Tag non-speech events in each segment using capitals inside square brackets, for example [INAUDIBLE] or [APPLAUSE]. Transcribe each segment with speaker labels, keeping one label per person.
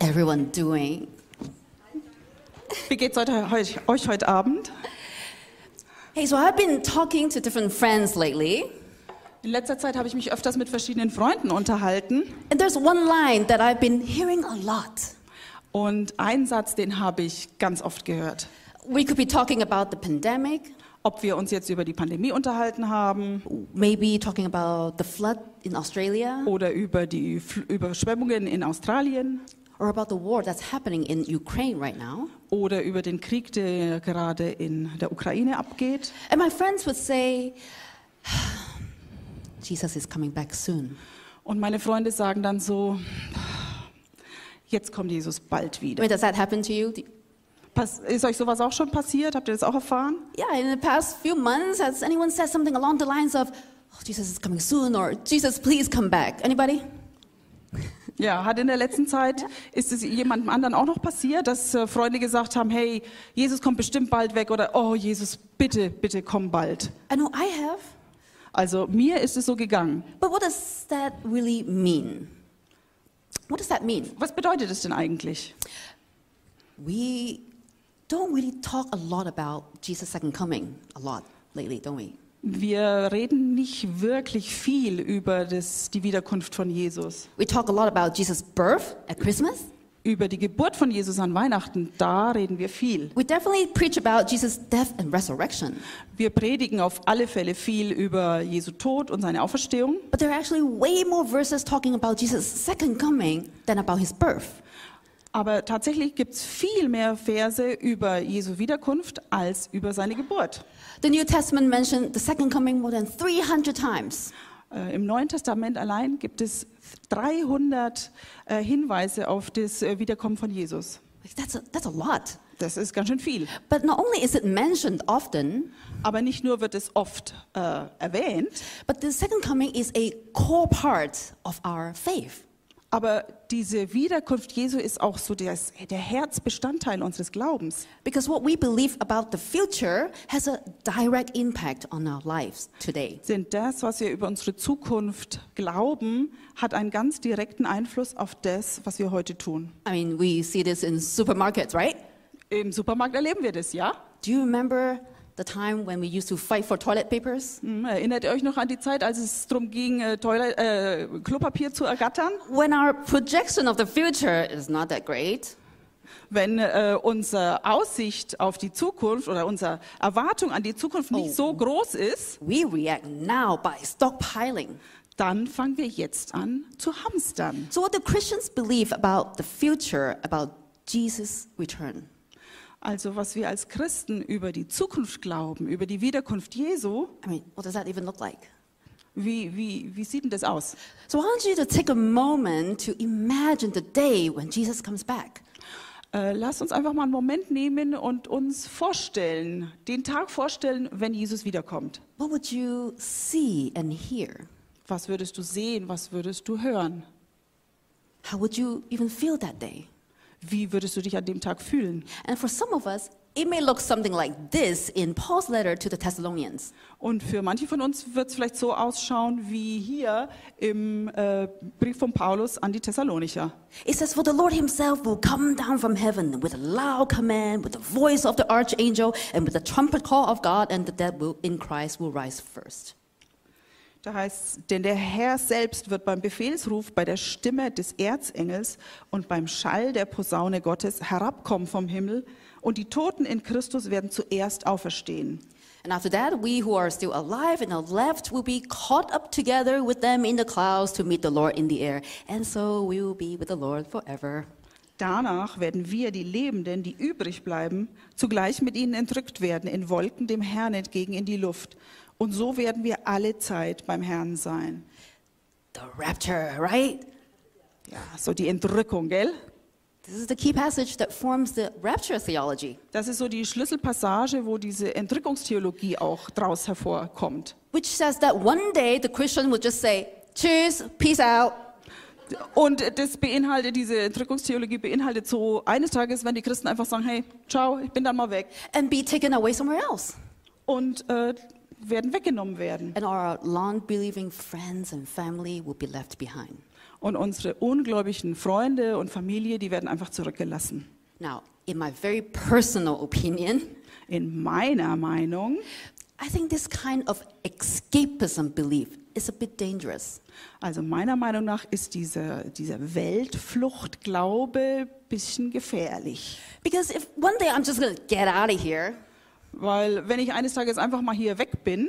Speaker 1: everyone doing?
Speaker 2: Wie geht's heute, heu- euch heute Abend?
Speaker 1: Hey, so I've been talking to different friends lately,
Speaker 2: In letzter Zeit habe ich mich öfters mit verschiedenen Freunden unterhalten
Speaker 1: and there's one line that I've been hearing a lot.
Speaker 2: und einen Satz, den habe ich ganz oft gehört.
Speaker 1: We could be talking about the pandemic,
Speaker 2: Ob wir uns jetzt über die Pandemie unterhalten haben
Speaker 1: maybe talking about the flood in Australia,
Speaker 2: oder über die Fl Überschwemmungen in Australien
Speaker 1: or about the war that's happening in Ukraine right now.
Speaker 2: oder über den Krieg, der gerade in der Ukraine abgeht.
Speaker 1: And my friends would say, [SIGHS] Jesus is coming back soon.
Speaker 2: Und meine Freunde sagen dann so, jetzt kommt Jesus bald
Speaker 1: I
Speaker 2: wieder.
Speaker 1: mean, does that happen to you? Do-
Speaker 2: Pass ist euch sowas auch schon passiert? Habt ihr das auch erfahren?
Speaker 1: Yeah, in the past few months, has anyone said something along the lines of, oh, Jesus is coming soon, or Jesus, please come back? Anybody?
Speaker 2: Ja, hat in der letzten Zeit, ist es jemandem anderen auch noch passiert, dass äh, Freunde gesagt haben, hey, Jesus kommt bestimmt bald weg oder, oh Jesus, bitte, bitte komm bald.
Speaker 1: I know I have.
Speaker 2: Also mir ist es so gegangen.
Speaker 1: But what does that really mean? What does that mean?
Speaker 2: Was bedeutet es denn eigentlich?
Speaker 1: We don't really talk a lot about Jesus' second coming a lot lately, don't we?
Speaker 2: Wir reden nicht wirklich viel über das, die Wiederkunft von Jesus.
Speaker 1: We talk a lot about Jesus' birth at Christmas.
Speaker 2: Über die Geburt von Jesus an Weihnachten, da reden wir viel.
Speaker 1: We definitely preach about Jesus' death and resurrection.
Speaker 2: Wir predigen auf alle Fälle viel über Jesu Tod und seine Auferstehung.
Speaker 1: But there are actually way more verses talking about Jesus' second coming than about his birth.
Speaker 2: Aber tatsächlich gibt es viel mehr Verse über Jesu Wiederkunft als über seine Geburt.
Speaker 1: The New Testament mentioned the second coming more than 300 times.
Speaker 2: Äh, Im Neuen Testament allein gibt es 300 äh, Hinweise auf das äh, Wiederkommen von Jesus.
Speaker 1: Like, That's a, that's a lot.
Speaker 2: Das ist ganz schön viel.
Speaker 1: But not only is it mentioned often,
Speaker 2: Aber nicht nur wird es oft äh, erwähnt,
Speaker 1: but the second coming is a core part of our faith.
Speaker 2: aber diese Wiederkunft Jesu ist auch so der, der Herzbestandteil unseres Glaubens.
Speaker 1: Because what we believe about the future has a direct impact on our lives today.
Speaker 2: Denn das, was wir über unsere Zukunft glauben, hat einen ganz direkten Einfluss auf das, was wir heute tun.
Speaker 1: I mean, we see this in supermarkets, right?
Speaker 2: Im Supermarkt erleben wir das, ja?
Speaker 1: Do you remember the time when we used to fight for toilet papers?
Speaker 2: Hm, Erinnert ihr euch noch an die Zeit, als es darum ging, äh, Toilet, äh, Klopapier zu ergattern?
Speaker 1: When our projection of the future is not that great,
Speaker 2: Wenn äh, unsere Aussicht auf die Zukunft oder unsere Erwartung an die Zukunft nicht so groß ist,
Speaker 1: we react now by stockpiling.
Speaker 2: dann fangen wir jetzt an zu hamstern.
Speaker 1: So, what do Christians believe about the future, about Jesus' return?
Speaker 2: Also was wir als Christen über die Zukunft glauben, über die Wiederkunft Jesu,
Speaker 1: I mean, what does that even look like?
Speaker 2: wie, wie, wie sieht denn das aus?
Speaker 1: So, I want you to take a moment to imagine the day when Jesus comes back.
Speaker 2: Äh, lasst uns einfach mal einen Moment nehmen und uns vorstellen, den Tag vorstellen, wenn Jesus wiederkommt.
Speaker 1: What would you see and hear?
Speaker 2: Was würdest du sehen? Was würdest du hören?
Speaker 1: How would you even feel that day?
Speaker 2: Wie würdest du dich an dem Tag fühlen?
Speaker 1: And for some of us, it may look something like this in Paul's letter to the Thessalonians.
Speaker 2: Und für manche von uns wird es vielleicht so ausschauen wie hier im äh, Brief von Paulus an die Thessalonicher.
Speaker 1: It says, For the Lord himself will come down from heaven with a loud command, with the voice of the archangel, and with the trumpet call of God, and the dead will, in Christ will rise first.
Speaker 2: Da heißt, denn der Herr selbst wird beim Befehlsruf, bei der Stimme des Erzengels und beim Schall der Posaune Gottes herabkommen vom Himmel und die Toten in Christus werden zuerst auferstehen.
Speaker 1: And after that, we who are still alive and are left will be caught up together with them in the clouds to meet the Lord in the air. And so we will be with the Lord forever.
Speaker 2: Danach werden wir, die Lebenden, die übrig bleiben, zugleich mit ihnen entrückt werden, in Wolken dem Herrn entgegen in die Luft. Und so werden wir alle Zeit beim Herrn sein.
Speaker 1: The rapture, right?
Speaker 2: Ja, so die Entrückung, gell?
Speaker 1: This is the key passage that forms the rapture theology,
Speaker 2: Das ist so die Schlüsselpassage, wo diese Entrückungstheologie auch draus hervorkommt.
Speaker 1: which says that one day the Christian will just say, Cheers, peace out.
Speaker 2: Und das beinhaltet, diese Entrückungstheologie beinhaltet so, eines Tages werden die Christen einfach sagen, hey, ciao, ich bin dann mal weg.
Speaker 1: And be taken away somewhere else.
Speaker 2: Und äh, werden weggenommen werden.
Speaker 1: And our long believing friends and family will be left behind.
Speaker 2: Und unsere ungläubigen Freunde und Familie, die werden einfach zurückgelassen.
Speaker 1: Now, in my very personal opinion,
Speaker 2: In meiner Meinung
Speaker 1: I think this kind of escapism belief is a bit dangerous.
Speaker 2: Also meiner Meinung nach ist dieser, dieser Weltfluchtglaube ein bisschen gefährlich.
Speaker 1: Because if one day I'm just going to get out of here,
Speaker 2: Weil wenn ich eines Tages einfach mal hier weg bin,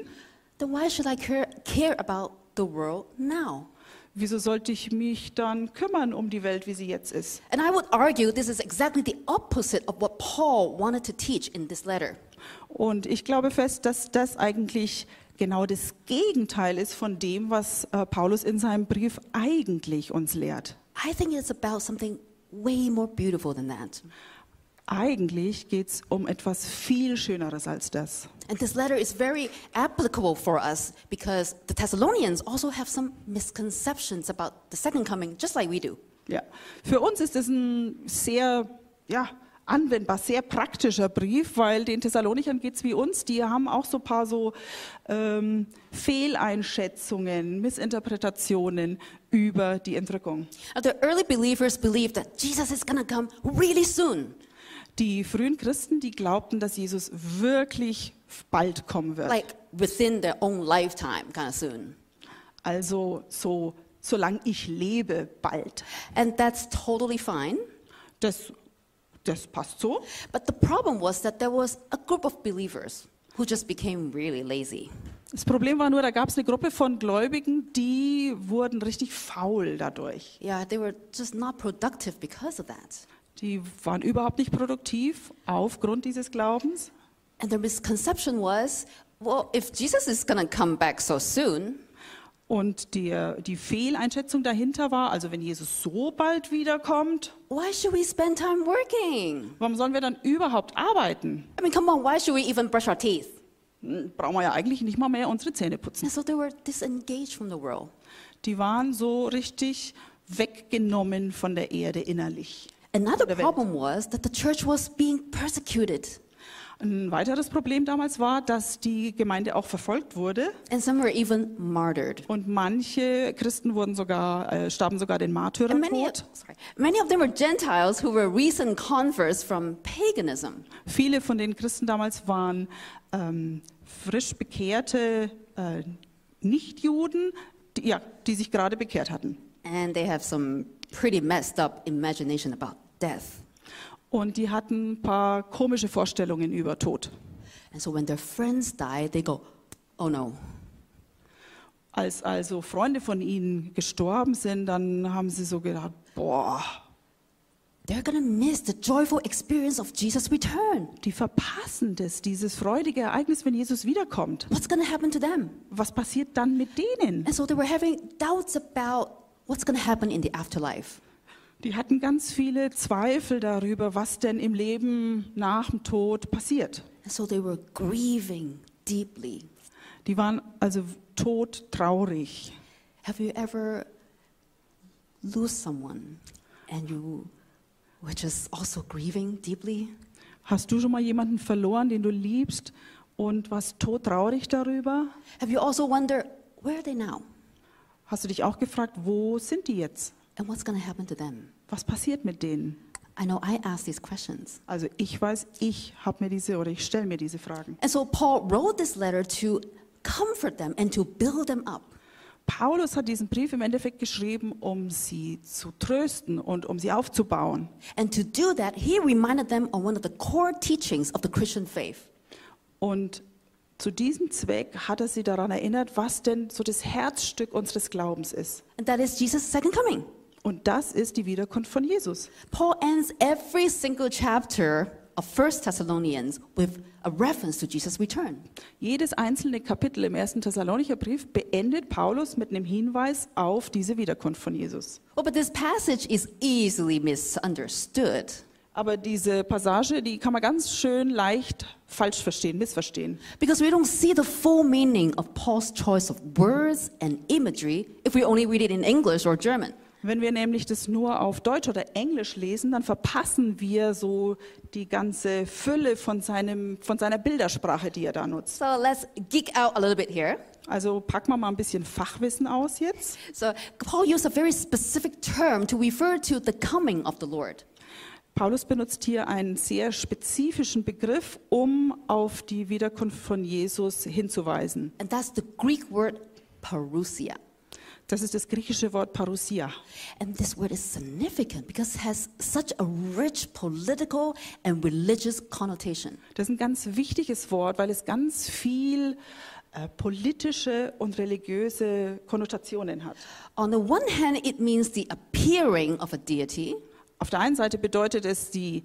Speaker 1: then why should I care, care about the world now?
Speaker 2: wieso sollte ich mich dann kümmern um die Welt, wie sie jetzt ist?
Speaker 1: And I would argue this is exactly the opposite of what Paul wanted to teach in this letter.
Speaker 2: Und ich glaube fest, dass das eigentlich genau das Gegenteil ist von dem, was äh, Paulus in seinem Brief eigentlich uns lehrt.
Speaker 1: I think it's about something way more beautiful than that.
Speaker 2: Eigentlich geht es um etwas viel Schöneres als das.
Speaker 1: And this letter is very applicable for us because the Thessalonians also have some misconceptions about the second coming, just like we do.
Speaker 2: Ja, für uns ist es ein sehr ja, anwendbar, sehr praktischer Brief, weil den Thessalonichern geht es wie uns. Die haben auch so ein paar so ähm, Fehleinschätzungen, Missinterpretationen über die Entrückung.
Speaker 1: Now, the early believers believed that Jesus is going to come really soon,
Speaker 2: Die frühen Christen, die glaubten, dass Jesus wirklich bald kommen wird.
Speaker 1: like within their own lifetime, kind of soon.
Speaker 2: Also so, solange ich lebe, bald.
Speaker 1: And that's totally fine.
Speaker 2: Das, das passt so.
Speaker 1: But the problem was that there was a group of believers who just became really lazy.
Speaker 2: Das Problem war nur, da gab es eine Gruppe von Gläubigen, die wurden richtig faul dadurch.
Speaker 1: Yeah, they were just not productive because of that.
Speaker 2: Die waren überhaupt nicht produktiv aufgrund dieses Glaubens.
Speaker 1: And their misconception was well, if Jesus is going to come back so soon,
Speaker 2: Und die, die Fehleinschätzung dahinter war, also wenn Jesus so bald wiederkommt,
Speaker 1: why should we spend time working?
Speaker 2: warum sollen wir dann überhaupt arbeiten?
Speaker 1: I mean, come on, why should we even brush our teeth?
Speaker 2: Hm, Brauchen wir ja eigentlich nicht mal mehr unsere Zähne putzen.
Speaker 1: And so they were disengaged from the world.
Speaker 2: Die waren so richtig weggenommen von der Erde innerlich.
Speaker 1: Another
Speaker 2: Relevant.
Speaker 1: problem was that the church was being persecuted,
Speaker 2: Ein weiteres Problem damals war, dass die Gemeinde auch verfolgt wurde
Speaker 1: and some were even martyred.
Speaker 2: und manche Christen wurden sogar, äh, starben sogar den
Speaker 1: And many,
Speaker 2: Märtyrertod.
Speaker 1: sorry, many of them were Gentiles who were recent converts from paganism.
Speaker 2: Viele von den Christen damals waren ähm, frisch bekehrte äh, Nichtjuden, die, ja, die sich gerade bekehrt hatten.
Speaker 1: And they have some pretty messed up imagination about death.
Speaker 2: Und die hatten ein paar komische Vorstellungen über Tod.
Speaker 1: And so when their friends die, they go, oh no.
Speaker 2: Als also Freunde von ihnen gestorben sind, dann haben sie so gedacht, boah,
Speaker 1: They're going to miss the joyful experience of Jesus' return.
Speaker 2: die verpassen das, dieses freudige Ereignis, wenn Jesus wiederkommt.
Speaker 1: What's going to happen to them?
Speaker 2: Was passiert dann mit denen?
Speaker 1: And so they were having doubts about what's going to happen in the afterlife.
Speaker 2: Die hatten ganz viele Zweifel darüber, was denn im Leben nach dem Tod passiert.
Speaker 1: And so they were grieving deeply.
Speaker 2: Die waren also todtraurig.
Speaker 1: Have you ever lose someone and you were just also grieving deeply?
Speaker 2: Hast du schon mal jemanden verloren, den du liebst und warst todtraurig darüber?
Speaker 1: Have you also wondered where are they now
Speaker 2: Hast du dich auch gefragt, wo sind die jetzt?
Speaker 1: and what's going to happen to them?
Speaker 2: Was passiert mit denen?
Speaker 1: I know I ask these questions.
Speaker 2: Also ich weiß, ich habe mir diese oder ich stelle mir diese Fragen.
Speaker 1: And so Paul wrote this letter to comfort them and to build them up.
Speaker 2: Paulus hat diesen Brief im Endeffekt geschrieben, um sie zu trösten und um sie aufzubauen.
Speaker 1: And to do that, he reminded them of one of the core teachings of the Christian faith.
Speaker 2: Und zu diesem Zweck hat er sie daran erinnert, was denn so das Herzstück unseres Glaubens ist.
Speaker 1: And that is Jesus' second coming.
Speaker 2: Und das ist die Wiederkunft von Jesus.
Speaker 1: Paul ends every single chapter of First Thessalonians with a reference to Jesus' return.
Speaker 2: Jedes einzelne Kapitel im ersten Thessalonicher Brief beendet Paulus mit einem Hinweis auf diese Wiederkunft von Jesus.
Speaker 1: Well, Oh, but this passage is easily misunderstood
Speaker 2: Aber diese Passage, die kann man ganz schön leicht falsch verstehen, missverstehen.
Speaker 1: because we don't see the full meaning of Paul's choice of words and imagery if we only read it in English or German.
Speaker 2: Wenn wir nämlich das nur auf Deutsch oder Englisch lesen, dann verpassen wir so die ganze Fülle von, seinem, von seiner Bildersprache, die er da nutzt.
Speaker 1: So let's geek out a little bit here.
Speaker 2: Also packen wir mal ein bisschen Fachwissen aus jetzt.
Speaker 1: So Paul used a very specific term to refer to the coming of the Lord.
Speaker 2: Paulus benutzt hier einen sehr spezifischen Begriff, um auf die Wiederkunft von Jesus hinzuweisen.
Speaker 1: And that's the Greek word parousia.
Speaker 2: Das ist das griechische Wort Parousia.
Speaker 1: And this word is significant because it has such a rich political and religious connotation.
Speaker 2: Das ist ein ganz wichtiges Wort, weil es ganz viel äh, politische und religiöse Konnotationen hat.
Speaker 1: On the one hand, it means the appearing of a deity.
Speaker 2: Auf der einen Seite bedeutet es die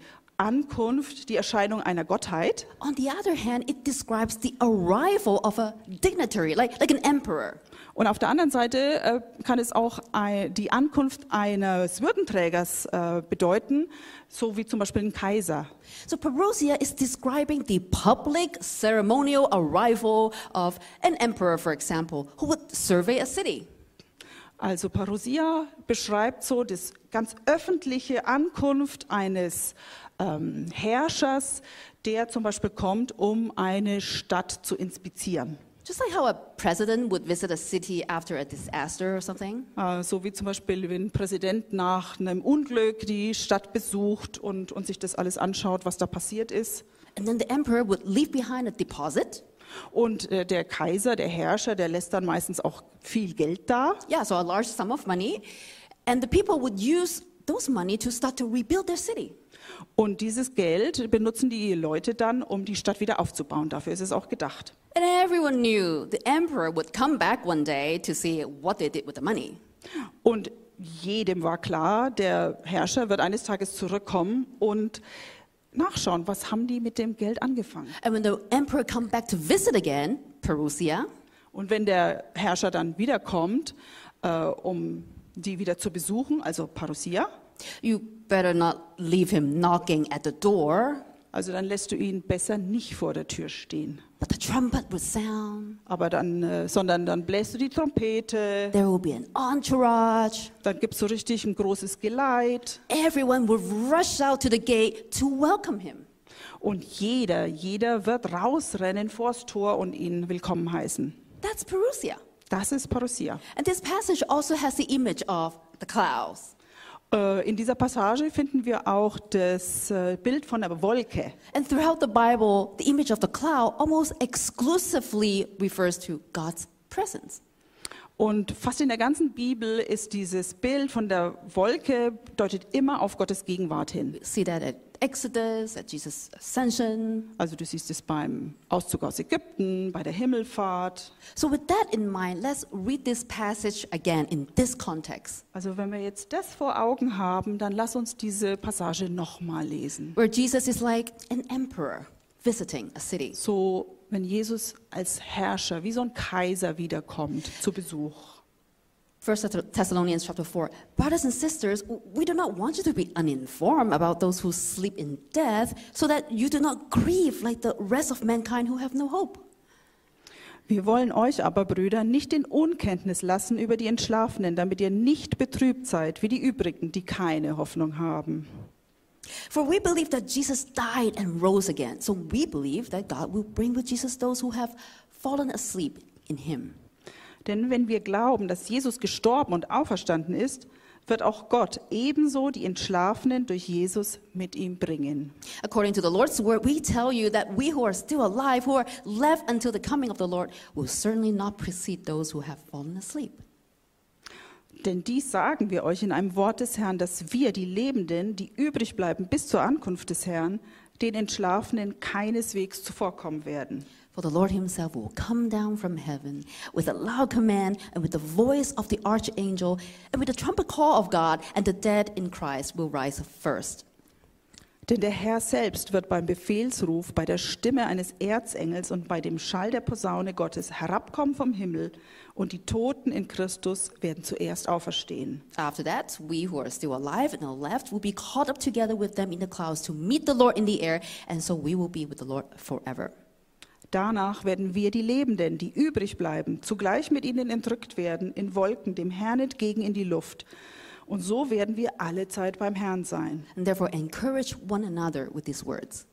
Speaker 2: Ankunft, die Erscheinung einer Gottheit.
Speaker 1: On the other hand, it describes the arrival of a dignitary, like, like an emperor.
Speaker 2: Und auf der anderen Seite äh, kann es auch ei- die Ankunft eines Würdenträgers äh, bedeuten, so wie zum Beispiel ein Kaiser.
Speaker 1: So parousia is describing the public ceremonial arrival of an emperor, for example, who would survey a city.
Speaker 2: Also Parousia beschreibt so das ganz öffentliche Ankunft eines ähm, Herrschers, der zum Beispiel kommt, um eine Stadt zu inspizieren.
Speaker 1: Just like how a president would visit a city after a disaster or something.
Speaker 2: Äh, So wie zum Beispiel, wenn ein Präsident nach einem Unglück die Stadt besucht und, und sich das alles anschaut, was da passiert ist.
Speaker 1: And then the emperor would leave behind a deposit.
Speaker 2: Und äh, der Kaiser, der Herrscher, der lässt dann meistens auch viel Geld da.
Speaker 1: Yeah, so a large sum of money. And the people would use those money to start to rebuild their city.
Speaker 2: Und dieses Geld benutzen die Leute dann, um die Stadt wieder aufzubauen. Dafür ist es auch gedacht.
Speaker 1: And everyone knew the emperor would come back one day to see what they did with the money.
Speaker 2: Und jedem war klar, der Herrscher wird eines Tages zurückkommen und nachschauen, was haben die mit dem Geld angefangen.
Speaker 1: And when the emperor come back to visit again, Perusia,
Speaker 2: Und wenn der Herrscher dann wiederkommt, äh, um die wieder zu besuchen, also Parousia,
Speaker 1: you better not leave him knocking at the door.
Speaker 2: also dann lässt du ihn besser nicht vor der Tür stehen.
Speaker 1: But the trumpet would sound.
Speaker 2: Aber dann, äh, sondern dann bläst du die Trompete,
Speaker 1: There will be an entourage.
Speaker 2: dann gibt's so richtig ein großes Geleit.
Speaker 1: Everyone would rush out to the gate to welcome him.
Speaker 2: Und jeder, jeder wird rausrennen vors Tor und ihn willkommen heißen.
Speaker 1: That's Perusia.
Speaker 2: Das ist Parousia.
Speaker 1: And this passage also has the image of the clouds.
Speaker 2: Äh, In dieser Passage finden wir auch das äh, Bild von einer Wolke.
Speaker 1: And throughout the Bible, the image of the cloud almost exclusively refers to God's presence.
Speaker 2: Und fast in der ganzen Bibel ist dieses Bild von der Wolke, deutet immer auf Gottes Gegenwart hin.
Speaker 1: We see that at Exodus, at Jesus' ascension.
Speaker 2: Also du siehst es beim Auszug aus Ägypten, bei der Himmelfahrt.
Speaker 1: So, with that in mind, let's read this passage again in this context,
Speaker 2: Also wenn wir jetzt das vor Augen haben, dann lass uns diese Passage nochmal lesen.
Speaker 1: where Jesus is like an emperor visiting a city.
Speaker 2: So, wenn Jesus als Herrscher, wie so ein Kaiser wiederkommt zu Besuch.
Speaker 1: First Thess- Thessalonians chapter 4. Brothers and sisters, we do not want you to be uninformed about those who sleep in death, so that you do not grieve like the rest of mankind who have no hope.
Speaker 2: Wir wollen euch aber, Brüder, nicht in Unkenntnis lassen über die Entschlafenen, damit ihr nicht betrübt seid wie die übrigen, die keine Hoffnung haben.
Speaker 1: For we believe that Jesus died and rose again. So we believe that God will bring with Jesus those who have fallen asleep in him.
Speaker 2: Denn wenn wir glauben, dass Jesus gestorben und auferstanden ist, wird auch Gott ebenso die Entschlafenen durch Jesus mit ihm bringen.
Speaker 1: According to the Lord's word, we tell you that we who are still alive, who are left until the coming of the Lord, will certainly not precede those who have fallen asleep.
Speaker 2: Denn dies sagen wir euch in einem Wort des Herrn, dass wir, die Lebenden, die übrig bleiben bis zur Ankunft des Herrn, den Entschlafenen keineswegs zuvorkommen werden.
Speaker 1: For the Lord himself will come down from heaven with a loud command and with the voice of the archangel and with the trumpet call of God, and the dead in Christ will rise first.
Speaker 2: Denn der Herr selbst wird beim Befehlsruf, bei der Stimme eines Erzengels und bei dem Schall der Posaune Gottes herabkommen vom Himmel, und die Toten in Christus werden zuerst auferstehen.
Speaker 1: After that, we who are still alive and are left will be caught up together with them in the clouds to meet the Lord in the air, and so we will be with the Lord forever.
Speaker 2: Danach werden wir die Lebenden, die übrig bleiben, zugleich mit ihnen entrückt werden, in Wolken dem Herrn entgegen in die Luft. Und so werden wir alle Zeit beim Herrn sein.
Speaker 1: And therefore, encourage one another with these words.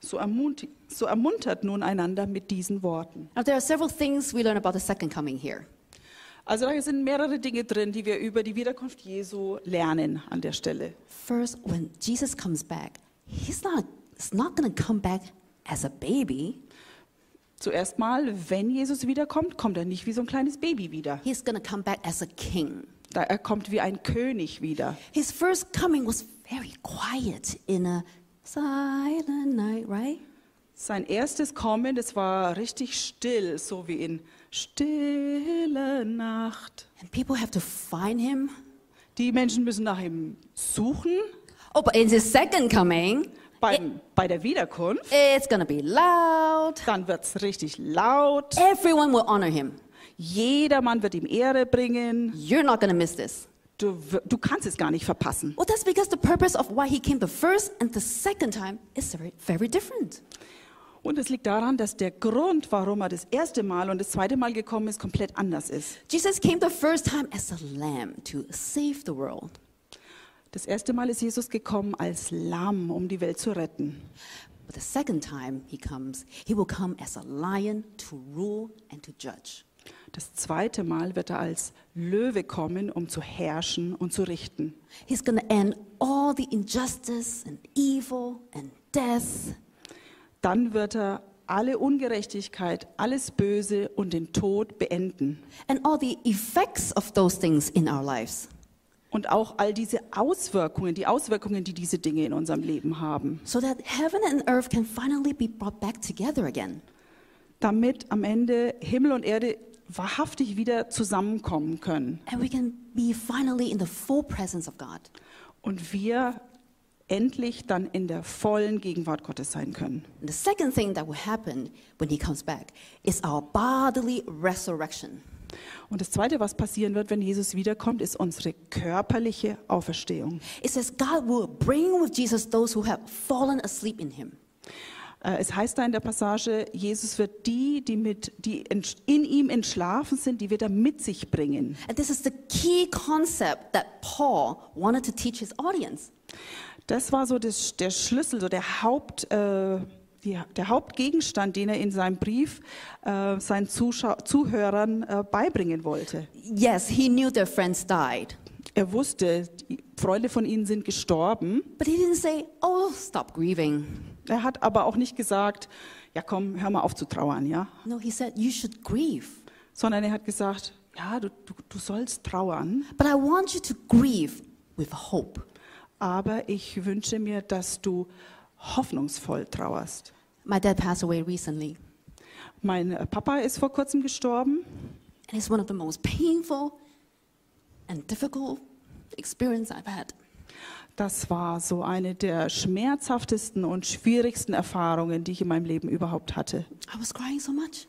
Speaker 2: So, ermunt, so ermuntert nun einander mit diesen Worten.
Speaker 1: Now, there are several things we learn about the second coming here.
Speaker 2: Also da sind mehrere Dinge drin, die wir über die Wiederkunft Jesu lernen an der Stelle.
Speaker 1: First, when Jesus comes back, he's not, he's not going to come back as a baby,
Speaker 2: Zuerst mal, wenn Jesus wiederkommt, kommt er nicht wie so ein kleines Baby wieder.
Speaker 1: he's going to come back as a king.
Speaker 2: Da er kommt wie ein König wieder.
Speaker 1: His first coming was very quiet in a silent night, right?
Speaker 2: Sein erstes Kommen, das war richtig still, so wie in stille Nacht.
Speaker 1: And people have to find him.
Speaker 2: Die Menschen müssen nach ihm suchen
Speaker 1: Oh, but in his second coming,
Speaker 2: beim, bei der Wiederkunft.
Speaker 1: it's going to be loud.
Speaker 2: Dann wird es richtig laut.
Speaker 1: Everyone will honor him.
Speaker 2: Jedermann wird ihm Ehre bringen.
Speaker 1: You're not going to miss this.
Speaker 2: Du, w- du kannst es gar nicht verpassen.
Speaker 1: Well, that's because the purpose of why he came the first and the second time is very, very different.
Speaker 2: Und es liegt daran, dass der Grund, warum er das erste Mal und das zweite Mal gekommen ist, komplett anders ist.
Speaker 1: Jesus came the first time as a lamb to save the world.
Speaker 2: Das erste Mal ist Jesus gekommen als Lamm, um die Welt zu retten.
Speaker 1: But the second time he comes, he will come as a lion to rule and to judge.
Speaker 2: Das zweite Mal wird er als Löwe kommen, um zu herrschen und zu richten.
Speaker 1: He's going to end all the injustice and evil and death.
Speaker 2: Dann wird er alle Ungerechtigkeit, alles Böse und den Tod beenden.
Speaker 1: and all the effects of those things in our lives.
Speaker 2: Und auch all diese Auswirkungen, die Auswirkungen, die diese Dinge in unserem Leben haben.
Speaker 1: So that heaven and earth can finally be brought back together again.
Speaker 2: Damit am Ende Himmel und Erde wahrhaftig wieder zusammenkommen können.
Speaker 1: And we can be finally in the full presence of God.
Speaker 2: Und wir endlich dann in der vollen Gegenwart Gottes sein können.
Speaker 1: And the second thing that will happen when he comes back is our bodily resurrection.
Speaker 2: Und das Zweite, was passieren wird, wenn Jesus wiederkommt, ist unsere körperliche Auferstehung.
Speaker 1: It says God will bring with Jesus those who have fallen asleep in him.
Speaker 2: Äh, Es heißt da in der Passage, Jesus wird die, die, mit, die in, in ihm entschlafen sind, die wird er mit sich bringen.
Speaker 1: And this is the key concept that Paul wanted to teach his audience.
Speaker 2: Das war so das, der Schlüssel, so der, Haupt, äh, die, der Hauptgegenstand, den er in seinem Brief äh, seinen Zuschau Zuhörern äh, beibringen wollte.
Speaker 1: Yes, he knew their friends died,
Speaker 2: Er wusste, die Freunde von ihnen sind gestorben.
Speaker 1: but he didn't say, oh, stop grieving.
Speaker 2: Er hat aber auch nicht gesagt, ja komm, hör mal auf zu trauern, ja?
Speaker 1: No, he said, You should grieve.
Speaker 2: Sondern er hat gesagt, ja, du, du, du sollst trauern,
Speaker 1: But I want you to grieve with hope.
Speaker 2: aber ich wünsche mir, dass du hoffnungsvoll trauerst.
Speaker 1: My dad passed away recently,
Speaker 2: Mein Papa ist vor kurzem gestorben
Speaker 1: and it's one of the most painful and difficult experience I've had.
Speaker 2: Das war so eine der schmerzhaftesten und schwierigsten Erfahrungen, die ich in meinem Leben überhaupt hatte.
Speaker 1: I was crying so much.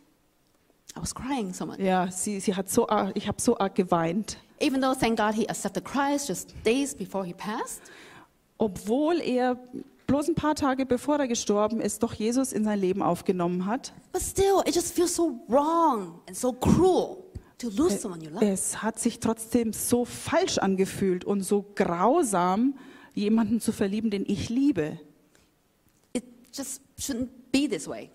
Speaker 1: I was crying so much.
Speaker 2: Ja, sie, sie hat so arg, ich habe so arg geweint.
Speaker 1: Even though, thank God, he accepted Christ just days before he passed,
Speaker 2: Obwohl er bloß ein paar Tage bevor er gestorben ist, doch Jesus in sein Leben aufgenommen hat.
Speaker 1: but still, it just feels so wrong and so cruel to
Speaker 2: Eh,
Speaker 1: lose someone you love.
Speaker 2: Es hat sich trotzdem so falsch angefühlt und so grausam, jemanden zu verlieben, den ich liebe.
Speaker 1: It just shouldn't be this way.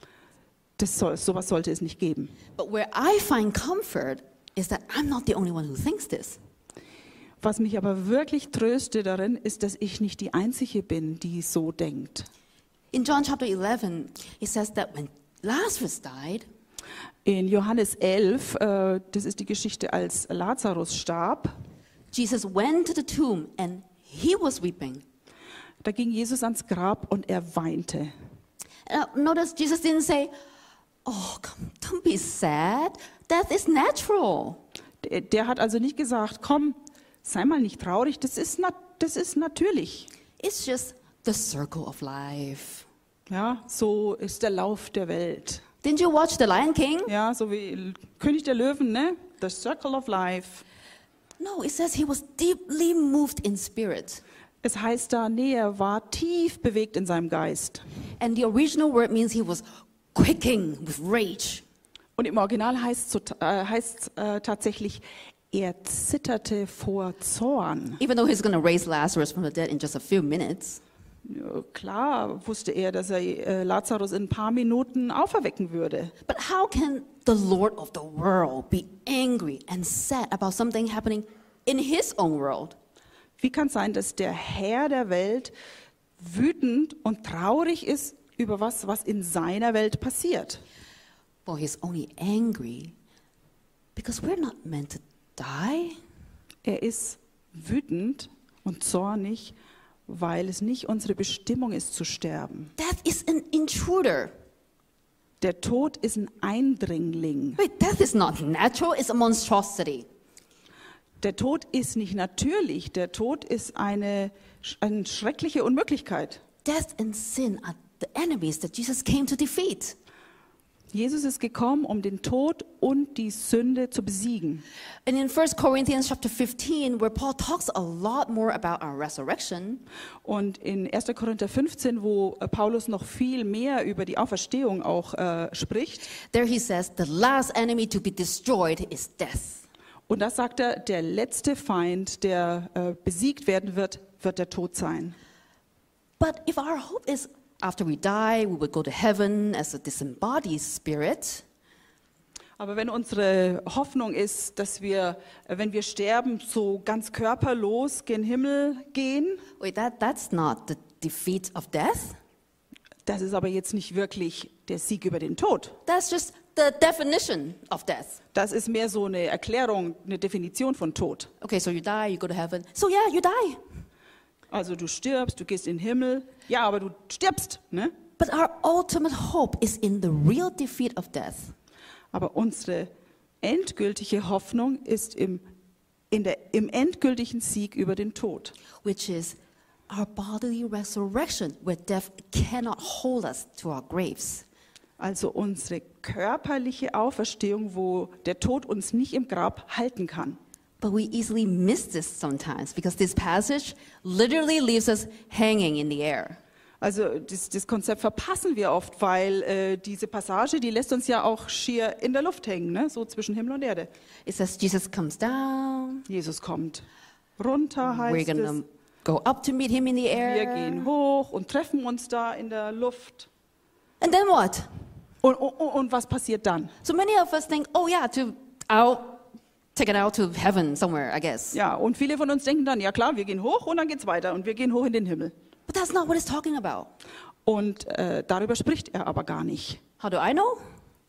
Speaker 2: Das soll, sowas sollte es nicht geben.
Speaker 1: But where I find comfort is that I'm not the only one who thinks this.
Speaker 2: Was mich aber wirklich tröste darin, ist, dass ich nicht die Einzige bin, die so denkt.
Speaker 1: In John chapter 11, it says that when Lazarus died,
Speaker 2: In Johannes 11, äh, das ist die Geschichte, als Lazarus starb,
Speaker 1: Jesus went to the tomb and he was weeping.
Speaker 2: da ging Jesus ans Grab und er weinte.
Speaker 1: Now, notice Jesus didn't say, Oh, come, don't be sad. Death is natural.
Speaker 2: Der, der hat also nicht gesagt, komm, sei mal nicht traurig, das ist, nat das ist natürlich.
Speaker 1: It's just the circle of life.
Speaker 2: Ja, so ist der Lauf der Welt.
Speaker 1: Didn't you watch The Lion King?
Speaker 2: Ja, so wie L- König der Löwen, ne? The Circle of Life.
Speaker 1: No, it says he was deeply moved in spirit.
Speaker 2: Es heißt da, nee, er war tief bewegt in seinem Geist.
Speaker 1: And the original word means he was quaking with rage.
Speaker 2: Und im Original heißt so, äh, heißt's, äh, tatsächlich, er zitterte vor Zorn.
Speaker 1: Even though he's going to raise Lazarus from the dead in just a few minutes.
Speaker 2: Ja, Klar wusste er, dass er äh, Lazarus in ein paar Minuten auferwecken würde.
Speaker 1: But how can the Lord of the world be angry and sad about something happening in his own world?
Speaker 2: Wie kann sein, dass der Herr der Welt wütend und traurig ist über was, was in seiner Welt passiert?
Speaker 1: Well, he's only angry because we're not meant to die.
Speaker 2: Er ist wütend und zornig, weil es nicht unsere Bestimmung ist zu sterben.
Speaker 1: Death is an intruder.
Speaker 2: Der Tod ist ein Eindringling.
Speaker 1: Wait, death is not natural, it's a monstrosity.
Speaker 2: Der Tod ist nicht natürlich. Der Tod ist eine, sch- eine schreckliche Unmöglichkeit.
Speaker 1: Death and sin are the enemies that Jesus came to defeat.
Speaker 2: Jesus ist gekommen, um den Tod und die Sünde zu besiegen.
Speaker 1: And in 1 Corinthians chapter 15, where Paul talks a lot more about our resurrection,
Speaker 2: Und in 1. Korinther 15, wo äh, Paulus noch viel mehr über die Auferstehung auch äh, spricht,
Speaker 1: there he says, The last enemy to be destroyed is death.
Speaker 2: und da sagt er, der letzte Feind, der äh, besiegt werden wird, wird der Tod sein.
Speaker 1: But if our hope is after we die, we will go to heaven as a disembodied spirit,
Speaker 2: Aber wenn unsere Hoffnung ist, dass wir, äh, wenn wir sterben, so ganz körperlos gen Himmel gehen,
Speaker 1: wait, that, that's not the defeat of death.
Speaker 2: das ist aber jetzt nicht wirklich der Sieg über den Tod.
Speaker 1: That's just the definition of death.
Speaker 2: Das ist mehr so eine Erklärung, eine Definition von Tod.
Speaker 1: Okay, so you die, you go to heaven. So yeah, you die.
Speaker 2: Also du stirbst, du gehst in den Himmel, ja, aber du stirbst, ne?
Speaker 1: But our ultimate hope is in the real defeat of death.
Speaker 2: Aber unsere endgültige Hoffnung ist im, in der, im endgültigen Sieg über den Tod.
Speaker 1: which is our bodily resurrection, where death cannot hold us to our graves.
Speaker 2: Also unsere körperliche Auferstehung, wo der Tod uns nicht im Grab halten kann.
Speaker 1: But we easily miss this sometimes because this passage literally leaves us hanging in the air.
Speaker 2: Also das, das Konzept verpassen wir oft, weil äh, diese Passage, die lässt uns ja auch schier in der Luft hängen, ne? so zwischen Himmel und Erde.
Speaker 1: It says Jesus comes down,
Speaker 2: Jesus kommt runter,
Speaker 1: we're
Speaker 2: heißt es.
Speaker 1: gonna go up to meet him in the
Speaker 2: Wir
Speaker 1: air.
Speaker 2: gehen hoch und treffen uns da in der Luft.
Speaker 1: And then what?
Speaker 2: Und, und, und was passiert dann?
Speaker 1: So many of us think, oh yeah, to out, take it out to heaven somewhere, I guess.
Speaker 2: Ja, und viele von uns denken dann, ja klar, wir gehen hoch und dann geht's weiter und wir gehen hoch in den Himmel.
Speaker 1: But that's not what it's talking about.
Speaker 2: Und äh, darüber spricht er aber gar nicht.
Speaker 1: How do I know?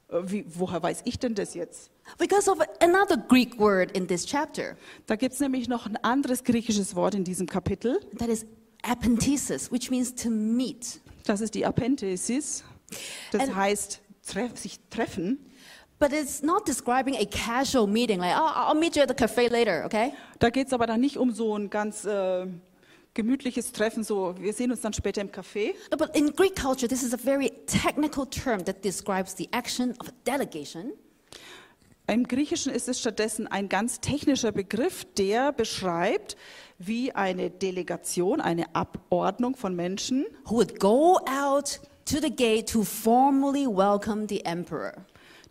Speaker 2: Äh, Wie, woher weiß ich denn das jetzt?
Speaker 1: Because of another Greek word in this chapter.
Speaker 2: Da gibt's nämlich noch ein anderes griechisches Wort in diesem Kapitel.
Speaker 1: That is apenthesis, which means to meet.
Speaker 2: Das ist die Apenthesis. Das
Speaker 1: Ähm.
Speaker 2: heißt treff, sich treffen.
Speaker 1: But it's not describing a casual meeting, like, oh, I'll meet you at the cafe later, okay?
Speaker 2: Da geht's aber dann nicht um so ein ganz äh, gemütliches Treffen, so wir sehen uns dann später im Café.
Speaker 1: No, but in Greek culture, this is a very technical term that describes the action of a delegation
Speaker 2: Im Griechischen ist es stattdessen ein ganz technischer Begriff, der beschreibt, wie eine Delegation, eine Abordnung von Menschen
Speaker 1: who would go out to the gate to formally welcome the emperor.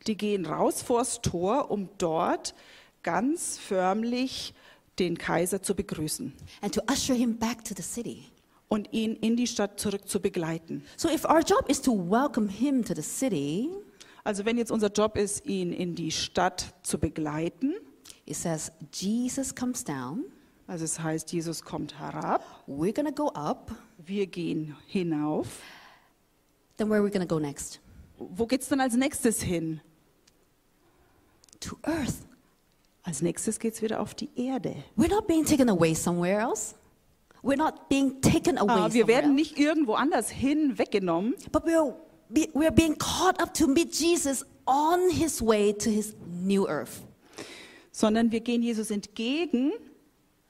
Speaker 2: Die gehen raus vors Tor, um dort ganz förmlich den Kaiser zu begrüßen
Speaker 1: And to usher him back to the city.
Speaker 2: und ihn in die Stadt zurück zu begleiten.
Speaker 1: So, if our job is to welcome him to the city,
Speaker 2: Also wenn jetzt unser Job ist, ihn in die Stadt zu begleiten,
Speaker 1: it says Jesus comes down,
Speaker 2: also es heißt, Jesus kommt herab,
Speaker 1: we're gonna go up,
Speaker 2: wir gehen hinauf.
Speaker 1: then where are we gonna go next?
Speaker 2: Wo geht's dann als nächstes hin?
Speaker 1: To earth.
Speaker 2: Als nächstes geht's wieder auf die Erde.
Speaker 1: We're not being taken away somewhere else. We're not being taken away
Speaker 2: Ah, wir
Speaker 1: somewhere
Speaker 2: werden
Speaker 1: else.
Speaker 2: nicht irgendwo anders hin weggenommen,
Speaker 1: But we're, be- we're being caught up to meet Jesus on his way to his new earth.
Speaker 2: sondern wir gehen Jesus entgegen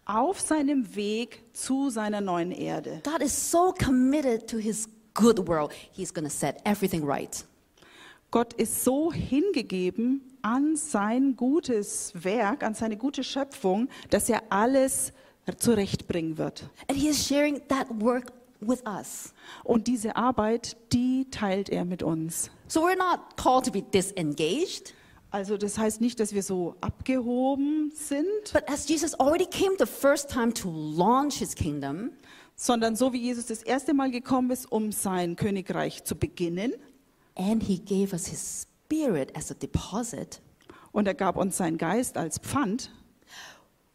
Speaker 2: auf seinem Weg zu seiner neuen Erde.
Speaker 1: God is so committed to his good world, he's going to set everything right.
Speaker 2: Gott ist so hingegeben an sein gutes Werk, an seine gute Schöpfung, dass er alles zurechtbringen wird.
Speaker 1: And he is sharing that work with us.
Speaker 2: Und diese Arbeit, die teilt er mit uns.
Speaker 1: So we're not called to be disengaged,
Speaker 2: Also das heißt nicht, dass wir so abgehoben sind,
Speaker 1: but as Jesus already came the first time to launch his kingdom,
Speaker 2: sondern so wie Jesus das erste Mal gekommen ist, um sein Königreich zu beginnen.
Speaker 1: And he gave us his spirit as a deposit.
Speaker 2: Und er gab uns seinen Geist als Pfand.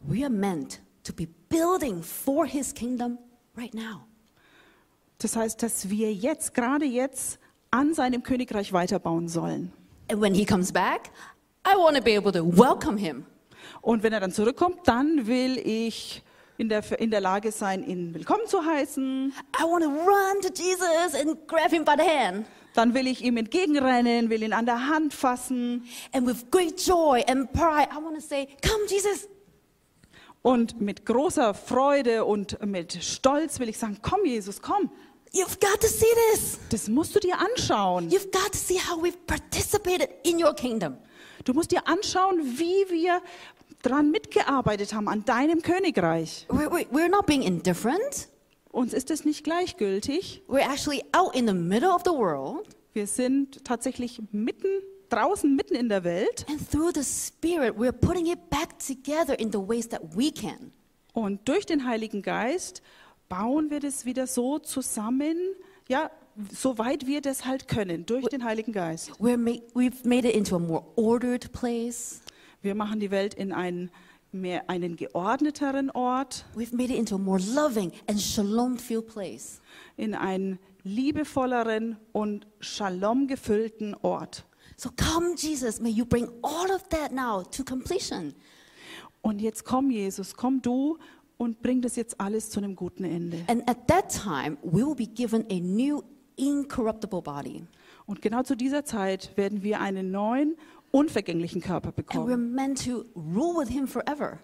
Speaker 1: We are meant to be building for his kingdom right now.
Speaker 2: Das heißt, dass wir jetzt, gerade jetzt, an seinem Königreich weiterbauen sollen.
Speaker 1: And when he comes back, I want to be able to welcome him.
Speaker 2: Und wenn er dann zurückkommt, dann will ich in der, in der Lage sein, ihn willkommen zu heißen.
Speaker 1: I want to run to Jesus and grab him by the hand.
Speaker 2: Dann will ich ihm entgegenrennen, will ihn an der Hand fassen
Speaker 1: And with great joy and pride, I want to say, Come, Jesus.
Speaker 2: und mit großer Freude und mit Stolz will ich sagen, komm Jesus, komm,
Speaker 1: You've got to see this.
Speaker 2: das musst du dir anschauen.
Speaker 1: You've got to see how we've participated in your kingdom.
Speaker 2: Du musst dir anschauen, wie wir dran mitgearbeitet haben an deinem Königreich.
Speaker 1: We're, we're, we're not being indifferent.
Speaker 2: Uns ist es nicht gleichgültig.
Speaker 1: We're actually out in the middle of the world.
Speaker 2: Wir sind tatsächlich mitten draußen, mitten in der Welt.
Speaker 1: And through the Spirit, we're putting it back together in the ways that we can.
Speaker 2: Und durch den Heiligen Geist bauen wir das wieder so zusammen, ja, soweit wir das halt können, durch den Heiligen Geist.
Speaker 1: We're ma- we've made it into a more ordered place.
Speaker 2: Wir machen die Welt in einen, mehr, einen geordneteren Ort,
Speaker 1: We've made it into a more loving and shalom filled place.
Speaker 2: in einen liebevolleren und Shalom gefüllten Ort.
Speaker 1: So come, Jesus, may you bring all of that now to completion.
Speaker 2: Und jetzt komm, Jesus, komm du und bring das jetzt alles zu einem guten Ende.
Speaker 1: And at that time, we will be given a new incorruptible body.
Speaker 2: Und genau zu dieser Zeit werden wir einen neuen, unvergänglichen Körper
Speaker 1: And we're
Speaker 2: bekommen.
Speaker 1: meant to rule with him forever.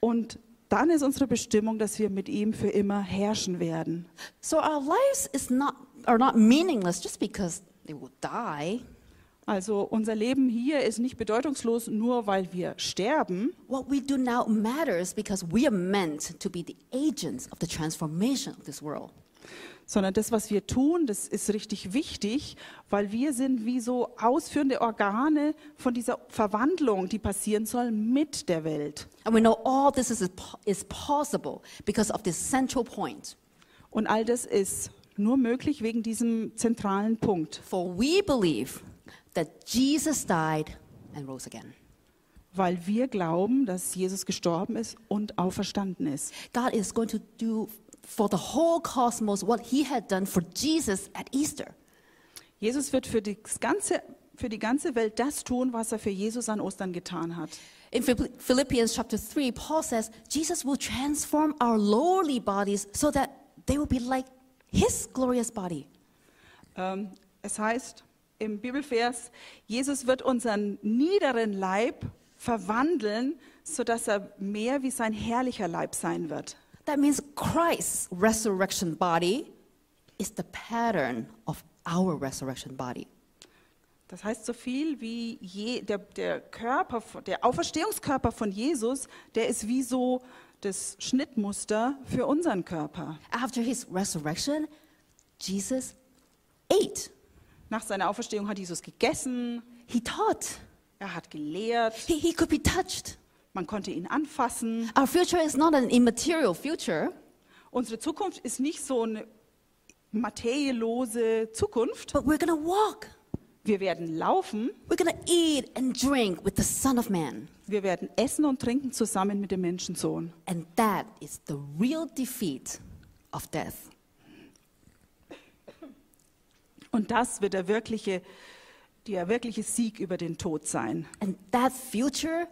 Speaker 2: Und dann ist unsere Bestimmung, dass wir mit ihm für immer herrschen werden.
Speaker 1: So our lives is not, are not meaningless just because they will die.
Speaker 2: Also unser Leben hier ist nicht bedeutungslos, nur weil wir sterben,
Speaker 1: What we do now matters because we are meant to be the agents of the transformation of this world.
Speaker 2: sondern das, was wir tun, das ist richtig wichtig, weil wir sind wie so ausführende Organe von dieser Verwandlung, die passieren soll mit der Welt.
Speaker 1: And we know all this is, is possible because of this central point.
Speaker 2: Und all das ist nur möglich wegen diesem zentralen Punkt,
Speaker 1: For we believe that Jesus died and rose again.
Speaker 2: weil wir glauben, dass Jesus gestorben ist und auferstanden ist.
Speaker 1: God is going to do for the whole cosmos what he had done for Jesus at Easter.
Speaker 2: Jesus wird für die ganze, für die ganze Welt das tun, was er für Jesus an Ostern getan hat.
Speaker 1: In Philipp- Philippians chapter 3, Paul says, Jesus will transform our lowly bodies so that they will be like his glorious body.
Speaker 2: Ähm, es heißt im Bibelvers, Jesus wird unseren niederen Leib verwandeln, sodass er mehr wie sein herrlicher Leib sein wird.
Speaker 1: That means Christ's resurrection body is the pattern of our resurrection body.
Speaker 2: Das heißt so viel wie je, der, der Körper, von- der Auferstehungskörper von Jesus, der ist wie so das Schnittmuster für unseren Körper.
Speaker 1: After his resurrection, Jesus ate,
Speaker 2: Nach seiner Auferstehung hat Jesus gegessen,
Speaker 1: he taught,
Speaker 2: er hat gelehrt,
Speaker 1: he, he could be touched.
Speaker 2: man konnte ihn anfassen.
Speaker 1: Our future is not an immaterial future.
Speaker 2: Unsere Zukunft ist nicht so eine materiellose Zukunft,
Speaker 1: But we're going to walk.
Speaker 2: Wir werden laufen,
Speaker 1: We're going to eat and drink with the Son of Man.
Speaker 2: wir werden essen und trinken zusammen mit dem Menschensohn.
Speaker 1: And that is the real defeat of death.
Speaker 2: Und das wird der wirkliche, der wirkliche Sieg über den Tod sein.
Speaker 1: And that future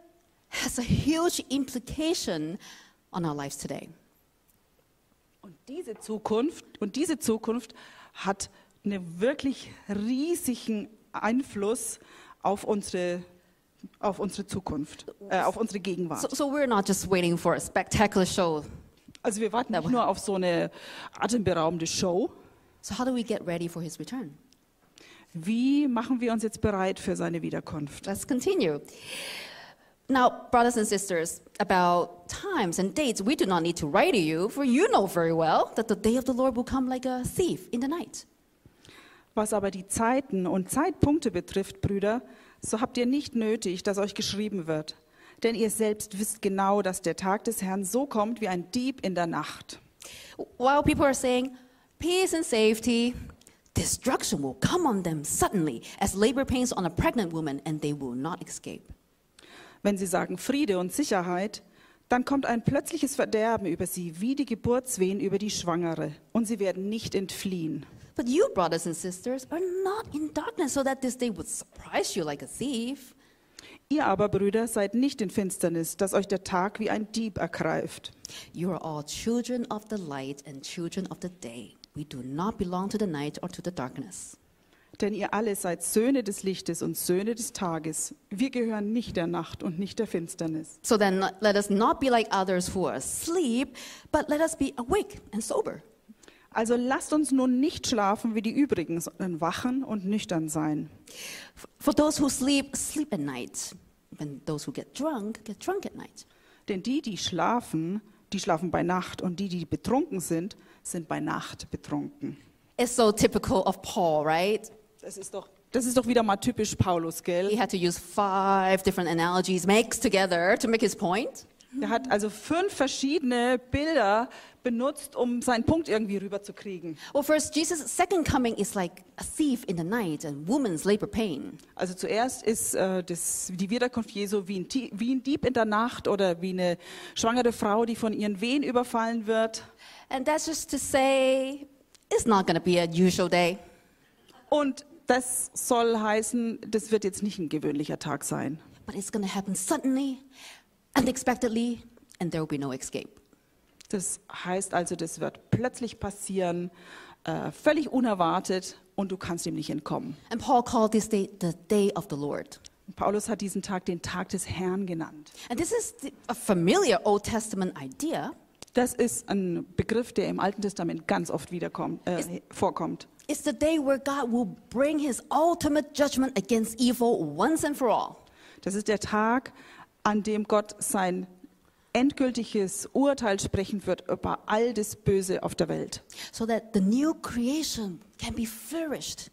Speaker 1: has a huge implication on our lives today.
Speaker 2: Und diese Zukunft, und diese Zukunft hat einen wirklich riesigen Einfluss auf unsere, auf unsere Zukunft, äh, auf unsere
Speaker 1: So,
Speaker 2: Gegenwart.
Speaker 1: so we're not just waiting for a spectacular show.
Speaker 2: Also wir warten nicht nur auf so eine atemberaubende Show.
Speaker 1: So, how do we get ready for his return?
Speaker 2: Wie machen wir uns jetzt bereit für seine Wiederkunft?
Speaker 1: Let's continue. Now, brothers and sisters, about times and dates, we do not need to write to you, for you know very well that the day of the Lord will come like a thief in the night.
Speaker 2: Was aber die Zeiten und Zeitpunkte betrifft, Brüder, so habt ihr nicht nötig, dass euch geschrieben wird. Denn ihr selbst wisst genau, dass der Tag des Herrn so kommt wie ein Dieb in der Nacht.
Speaker 1: While people are saying peace and safety, destruction will come on them suddenly as labor pains on a pregnant woman and they will not escape.
Speaker 2: Wenn sie sagen Friede und Sicherheit, dann kommt ein plötzliches Verderben über sie, wie die Geburtswehen über die Schwangere, und sie werden nicht entfliehen.
Speaker 1: But you, brothers and sisters, are not in darkness so that this day would surprise you like a thief.
Speaker 2: Ihr aber, Brüder, seid nicht in Finsternis, dass euch der Tag wie ein Dieb ergreift.
Speaker 1: You are all children of the light and children of the day. We do not belong to the night or to the darkness.
Speaker 2: Denn ihr alle seid Söhne des Lichtes und Söhne des Tages. Wir gehören nicht der Nacht und nicht der Finsternis.
Speaker 1: So then, not- let us not be like others who are asleep, but let us be awake and sober.
Speaker 2: Also lasst uns nun nicht schlafen wie die übrigen, sondern wachen und nüchtern sein.
Speaker 1: F- For those who sleep, sleep at night. And those who get drunk, get drunk at night.
Speaker 2: Denn die, die schlafen, die schlafen bei Nacht und die, die betrunken sind, sind bei Nacht betrunken.
Speaker 1: It's so typical of Paul, right?
Speaker 2: Das ist doch, das ist doch wieder mal typisch Paulus,
Speaker 1: He
Speaker 2: gell?
Speaker 1: had to use five different analogies mixed together to make his point.
Speaker 2: Er hat also fünf verschiedene Bilder benutzt, um seinen Punkt irgendwie rüberzukriegen.
Speaker 1: Well, first, Jesus' second coming is like a thief in the night and woman's labor pain.
Speaker 2: Also zuerst ist äh, das, die Wiederkunft Jesu wie ein, Tie- wie ein Dieb in der Nacht oder wie eine schwangere Frau, die von ihren Wehen überfallen wird.
Speaker 1: And that's just to say, it's not going to be a usual day.
Speaker 2: Und das soll heißen, das wird jetzt nicht ein gewöhnlicher Tag sein.
Speaker 1: But it's going to happen suddenly, unexpectedly, and there will be no escape.
Speaker 2: Das heißt also, das wird plötzlich passieren, äh, völlig unerwartet und du kannst ihm nicht entkommen.
Speaker 1: And Paul called this day the day of the Lord.
Speaker 2: Paulus hat diesen Tag den Tag des Herrn genannt.
Speaker 1: And this is the- a familiar Old Testament idea.
Speaker 2: Das ist ein Begriff, der im Alten Testament ganz oft wiederkommt, äh, vorkommt.
Speaker 1: It's the day where God will bring his ultimate judgment against evil once and for all.
Speaker 2: Das ist der Tag, an dem Gott sein endgültiges Urteil sprechen wird über all das Böse auf der Welt,
Speaker 1: so that the new creation can be flourished.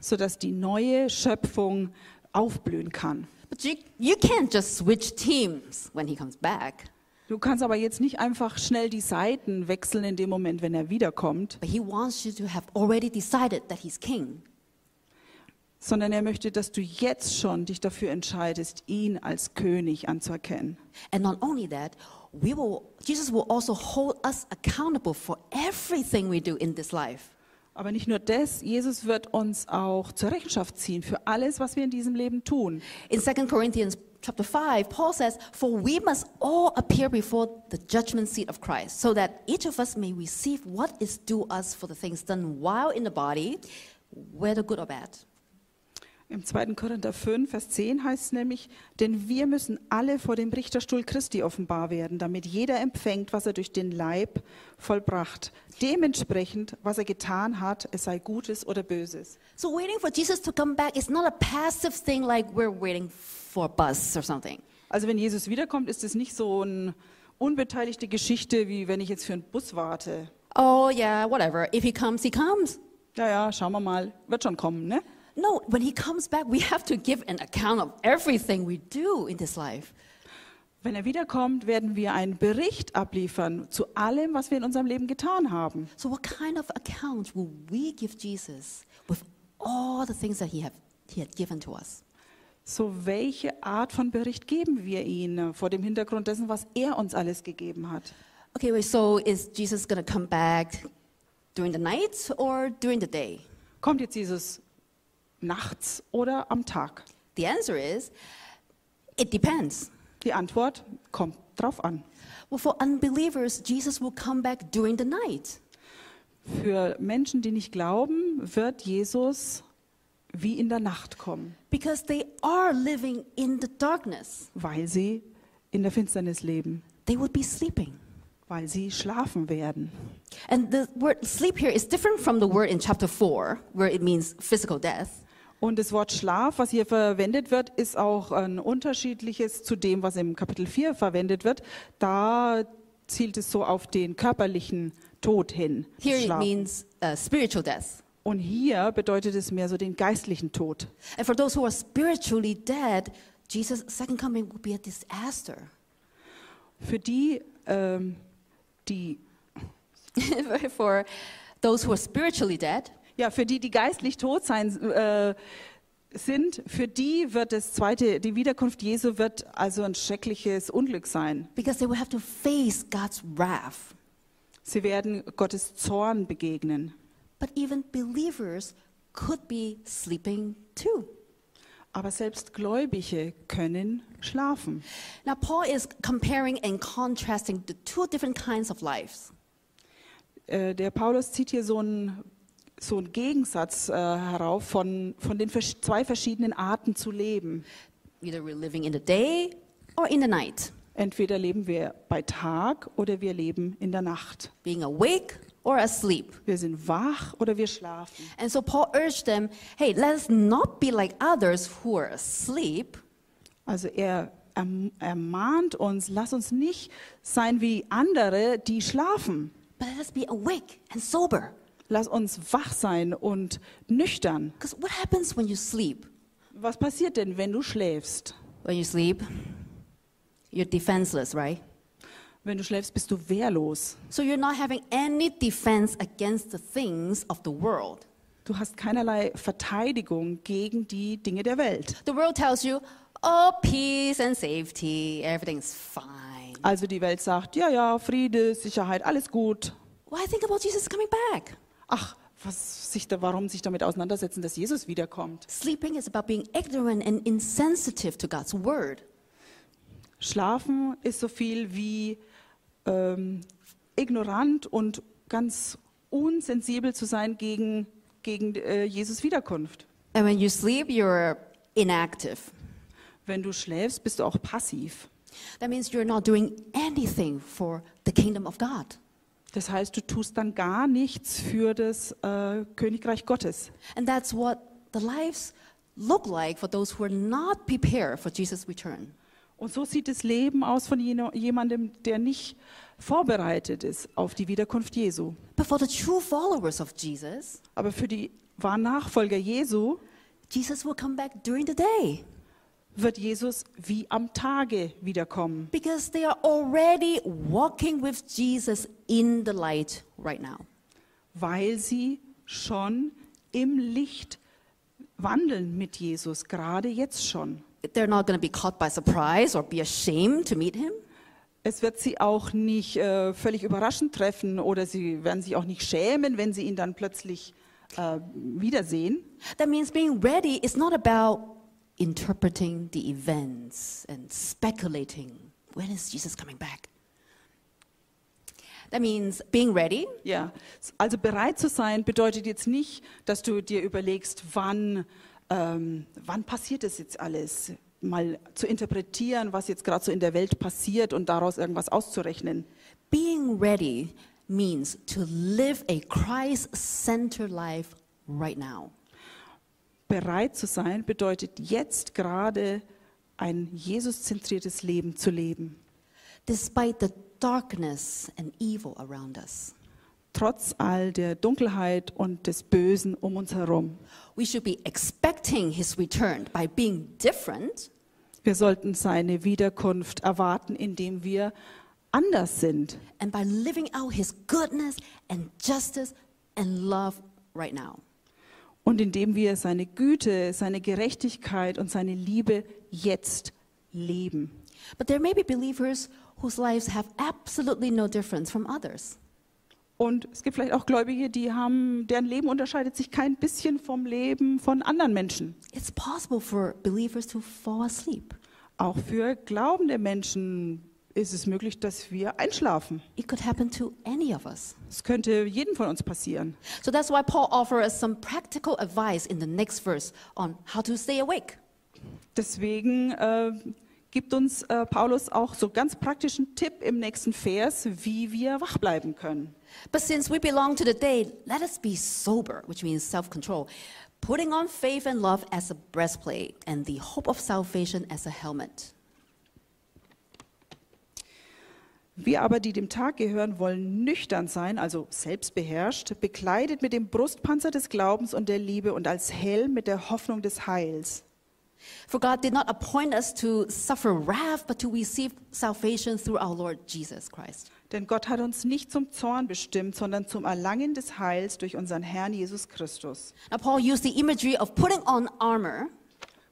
Speaker 2: sodass die neue Schöpfung aufblühen kann.
Speaker 1: But you, you can't just switch teams when he comes back.
Speaker 2: Du kannst aber jetzt nicht einfach schnell die Seiten wechseln in dem Moment, wenn er wiederkommt,
Speaker 1: But he wants you to have already decided that he's king.
Speaker 2: sondern er möchte, dass du jetzt schon dich dafür entscheidest, ihn als König anzuerkennen.
Speaker 1: And not only that, we will, Jesus will also hold us accountable for everything we do in this life.
Speaker 2: Aber nicht nur das, Jesus wird uns auch zur Rechenschaft ziehen für alles, was wir in diesem Leben tun.
Speaker 1: In 2 Corinthians chapter 5, Paul says, For we must all appear before the judgment seat of Christ, so that each of us may receive what is due us for the things done while in the body, whether good or bad.
Speaker 2: Im 2. Korinther 5, Vers 10 heißt es nämlich, denn wir müssen alle vor dem Richterstuhl Christi offenbar werden, damit jeder empfängt, was er durch den Leib vollbracht. Dementsprechend, was er getan hat, es sei Gutes oder Böses.
Speaker 1: So waiting for Jesus to come back is not a passive thing like we're waiting for a bus or something.
Speaker 2: Also wenn Jesus wiederkommt, ist es nicht so eine unbeteiligte Geschichte, wie wenn ich jetzt für einen Bus warte.
Speaker 1: Oh yeah, whatever. If he comes, he comes.
Speaker 2: Ja, ja, schauen wir mal, wird schon kommen, ne?
Speaker 1: No, when he comes back, we have to give an account of everything we do in this life.
Speaker 2: Wenn er wiederkommt, werden wir einen Bericht abliefern zu allem, was wir in unserem Leben getan haben.
Speaker 1: So what kind of account will we give Jesus with all the things that he have he had given to us?
Speaker 2: So, welche Art von Bericht geben wir ihnen vor dem Hintergrund dessen, was er uns alles gegeben hat?
Speaker 1: Okay, wait, so is Jesus gonna come back during the night or during the day?
Speaker 2: Kommt jetzt Jesus nachts oder am Tag?
Speaker 1: The answer is it depends.
Speaker 2: Die Antwort kommt drauf an.
Speaker 1: Well, for unbelievers, Jesus will come back during the night.
Speaker 2: Für Menschen, die nicht glauben, wird Jesus wie in der Nacht kommen,
Speaker 1: Because they are living in the darkness.
Speaker 2: weil sie in der Finsternis leben,
Speaker 1: They would be sleeping.
Speaker 2: weil sie schlafen werden.
Speaker 1: And the word sleep here is different from the word in chapter 4, where it means physical death.
Speaker 2: Und das Wort Schlaf, was hier verwendet wird, ist auch ein unterschiedliches zu dem, was im Kapitel 4 verwendet wird. Da zielt es so auf den körperlichen Tod hin. das
Speaker 1: Here it
Speaker 2: Schlafen.
Speaker 1: means uh, spiritual death.
Speaker 2: Und hier bedeutet es mehr so den geistlichen Tod.
Speaker 1: And for those who are spiritually dead, Jesus' second coming will be a disaster.
Speaker 2: Für die, ähm, die
Speaker 1: [LAUGHS] for those who are spiritually dead,
Speaker 2: Ja, für die, die geistlich tot sein, äh, sind, für die wird das zweite, die Wiederkunft Jesu wird also ein schreckliches Unglück sein.
Speaker 1: because they will have to face God's wrath.
Speaker 2: Sie werden Gottes Zorn begegnen.
Speaker 1: But even believers could be sleeping too.
Speaker 2: Aber selbst Gläubige können schlafen.
Speaker 1: Now, Paul is comparing and contrasting the two different kinds of lives.
Speaker 2: Äh, der Paulus zieht hier so einen, so einen Gegensatz äh, herauf von, von den vers zwei verschiedenen Arten zu leben.
Speaker 1: Either we're living in the day or in the night,
Speaker 2: Entweder leben wir bei Tag oder wir leben in der Nacht.
Speaker 1: being awake or asleep.
Speaker 2: Wir sind wach oder wir schlafen.
Speaker 1: And so Paul urged them, hey, let us not be like others who are asleep,
Speaker 2: Also er erm- ermahnt uns, lass uns nicht sein wie andere, die schlafen.
Speaker 1: but let us be awake and sober.
Speaker 2: Lass uns wach sein und nüchtern.
Speaker 1: Because what happens when you sleep?
Speaker 2: Was passiert denn, wenn du schläfst?
Speaker 1: When you sleep, you're defenseless, right?
Speaker 2: Wenn du schläfst, bist du wehrlos.
Speaker 1: So you're not having any defense against the things of the world.
Speaker 2: Du hast keinerlei Verteidigung gegen die Dinge der Welt.
Speaker 1: The world tells you, oh, peace and safety, everything's fine.
Speaker 2: Also die Welt sagt, ja, ja, Friede, Sicherheit, alles gut.
Speaker 1: Why think about Jesus coming back?
Speaker 2: Ach, was sich da, warum sich damit auseinandersetzen, dass Jesus wiederkommt?
Speaker 1: Sleeping is about being ignorant and insensitive to God's word.
Speaker 2: Schlafen ist so viel wie ähm, ignorant und ganz unsensibel zu sein gegen, gegen äh, Jesus Wiederkunft.
Speaker 1: And when you sleep, you're inactive.
Speaker 2: Wenn du schläfst, bist du auch passiv.
Speaker 1: That means you're not doing anything for the kingdom of God.
Speaker 2: Das heißt, du tust dann gar nichts für das äh, Königreich Gottes.
Speaker 1: And that's what the lives look like for those who are not prepared for Jesus' return.
Speaker 2: Und so sieht das Leben aus von jeno- jemandem, der nicht vorbereitet ist auf die Wiederkunft Jesu.
Speaker 1: But for the true followers of Jesus,
Speaker 2: Aber für die wahren Nachfolger Jesu
Speaker 1: Jesus will come back during the day
Speaker 2: wird Jesus wie am Tage wiederkommen.
Speaker 1: because they are already walking with Jesus in the light right now.
Speaker 2: weil sie schon im Licht wandeln mit Jesus, gerade jetzt schon.
Speaker 1: They're not going to be caught by surprise or be ashamed to meet him.
Speaker 2: Es wird sie auch nicht äh, völlig überraschend treffen oder sie werden sich auch nicht schämen, wenn sie ihn dann plötzlich äh, wiedersehen.
Speaker 1: That means being ready is not about interpreting the events and speculating when is Jesus coming back. That means being ready
Speaker 2: Ja, also bereit zu sein bedeutet jetzt nicht, dass du dir überlegst, wann, ähm, wann passiert das jetzt alles, mal zu interpretieren, was jetzt gerade so in der Welt passiert und daraus irgendwas auszurechnen.
Speaker 1: Being ready means to live a Christ centered life right now.
Speaker 2: Bereit zu sein bedeutet jetzt gerade ein Jesus-zentriertes Leben zu leben,
Speaker 1: Despite the darkness and evil around us,
Speaker 2: trotz all der Dunkelheit und des Bösen um uns herum.
Speaker 1: we should be expecting his return by being different,
Speaker 2: Wir sollten seine Wiederkunft erwarten, indem wir anders sind
Speaker 1: and by living out his goodness and justice and love right now.
Speaker 2: und indem wir seine Güte, seine Gerechtigkeit und seine Liebe jetzt leben.
Speaker 1: But there may be believers whose lives have absolutely no difference from others.
Speaker 2: Und es gibt vielleicht auch Gläubige, die haben, deren Leben unterscheidet sich kein bisschen vom Leben von anderen Menschen.
Speaker 1: It's possible for believers to fall asleep.
Speaker 2: Auch für glaubende Menschen ist es möglich, dass wir einschlafen.
Speaker 1: It could happen to any of us.
Speaker 2: Es könnte jedem von uns passieren.
Speaker 1: So that's why Paul offers us some practical advice in the next verse on how to stay awake.
Speaker 2: Deswegen äh, gibt uns äh, Paulus auch so ganz praktischen Tipp im nächsten Vers, wie wir wach bleiben können.
Speaker 1: But since we belong to the day, let us be sober, which means self control, putting on faith and love as a breastplate and the hope of salvation as a helmet.
Speaker 2: Wir aber, die dem Tag gehören, wollen nüchtern sein, also selbstbeherrscht, bekleidet mit dem Brustpanzer des Glaubens und der Liebe und als Helm mit der Hoffnung des Heils.
Speaker 1: For God did not appoint us to suffer wrath, but to receive salvation through our Lord Jesus Christ.
Speaker 2: Denn Gott hat uns nicht zum Zorn bestimmt, sondern zum Erlangen des Heils durch unseren Herrn Jesus Christus.
Speaker 1: Now, Paul used the imagery of putting on armor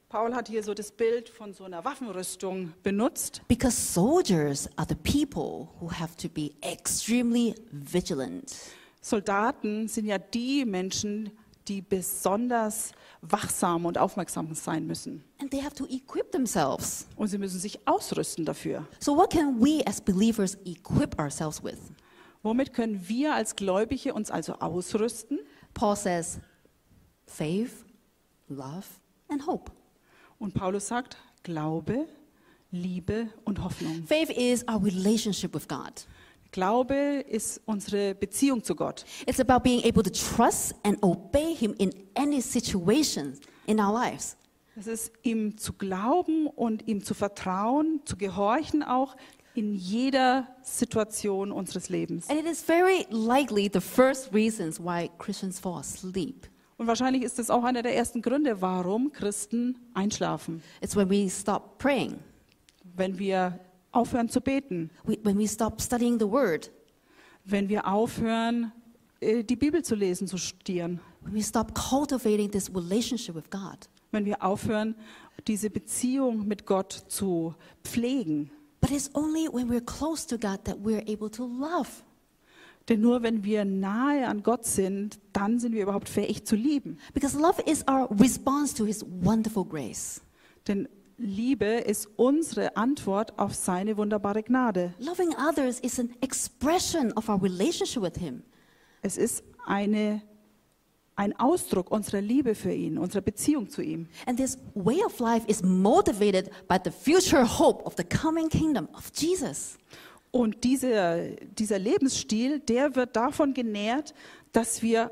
Speaker 2: Paul hat hier so das Bild von so einer Waffenrüstung benutzt,
Speaker 1: because soldiers are the people who have to be extremely vigilant.
Speaker 2: Soldaten sind ja die Menschen, die besonders wachsam und aufmerksam sein müssen.
Speaker 1: And they have to equip themselves.
Speaker 2: Und sie müssen sich ausrüsten dafür.
Speaker 1: So, what can we as believers equip ourselves with?
Speaker 2: Womit können wir als Gläubige uns also ausrüsten?
Speaker 1: Paul says faith, love, and hope.
Speaker 2: Und Paulus sagt, Glaube, Liebe und Hoffnung.
Speaker 1: Faith is our relationship with God.
Speaker 2: Glaube ist unsere Beziehung zu Gott.
Speaker 1: It's about being able to trust and obey Him in any situation in our lives.
Speaker 2: Es ist ihm zu glauben und ihm zu vertrauen, zu gehorchen auch in jeder Situation unseres Lebens.
Speaker 1: And it is very likely the first reasons why Christians fall asleep.
Speaker 2: Und wahrscheinlich ist es auch einer der ersten Gründe, warum Christen einschlafen,
Speaker 1: It's when we stop praying,
Speaker 2: wenn wir aufhören zu beten,
Speaker 1: we, when we stop studying the Word,
Speaker 2: wenn wir aufhören, äh, die Bibel zu lesen, zu studieren,
Speaker 1: when we stop cultivating this relationship with God.
Speaker 2: wenn wir aufhören, diese Beziehung mit Gott zu pflegen.
Speaker 1: But it's only when we're close to God that we're able to love.
Speaker 2: Denn nur wenn wir nahe an Gott sind, dann sind wir überhaupt fähig zu lieben.
Speaker 1: Because love is our response to His wonderful grace.
Speaker 2: Denn Liebe ist unsere Antwort auf seine wunderbare Gnade.
Speaker 1: Loving others is an expression of our relationship with Him.
Speaker 2: Es ist eine, ein Ausdruck unserer Liebe für ihn, unserer Beziehung zu ihm.
Speaker 1: And this way of life is motivated by the future hope of the coming kingdom of Jesus.
Speaker 2: Und dieser, dieser Lebensstil, der wird davon genährt, dass wir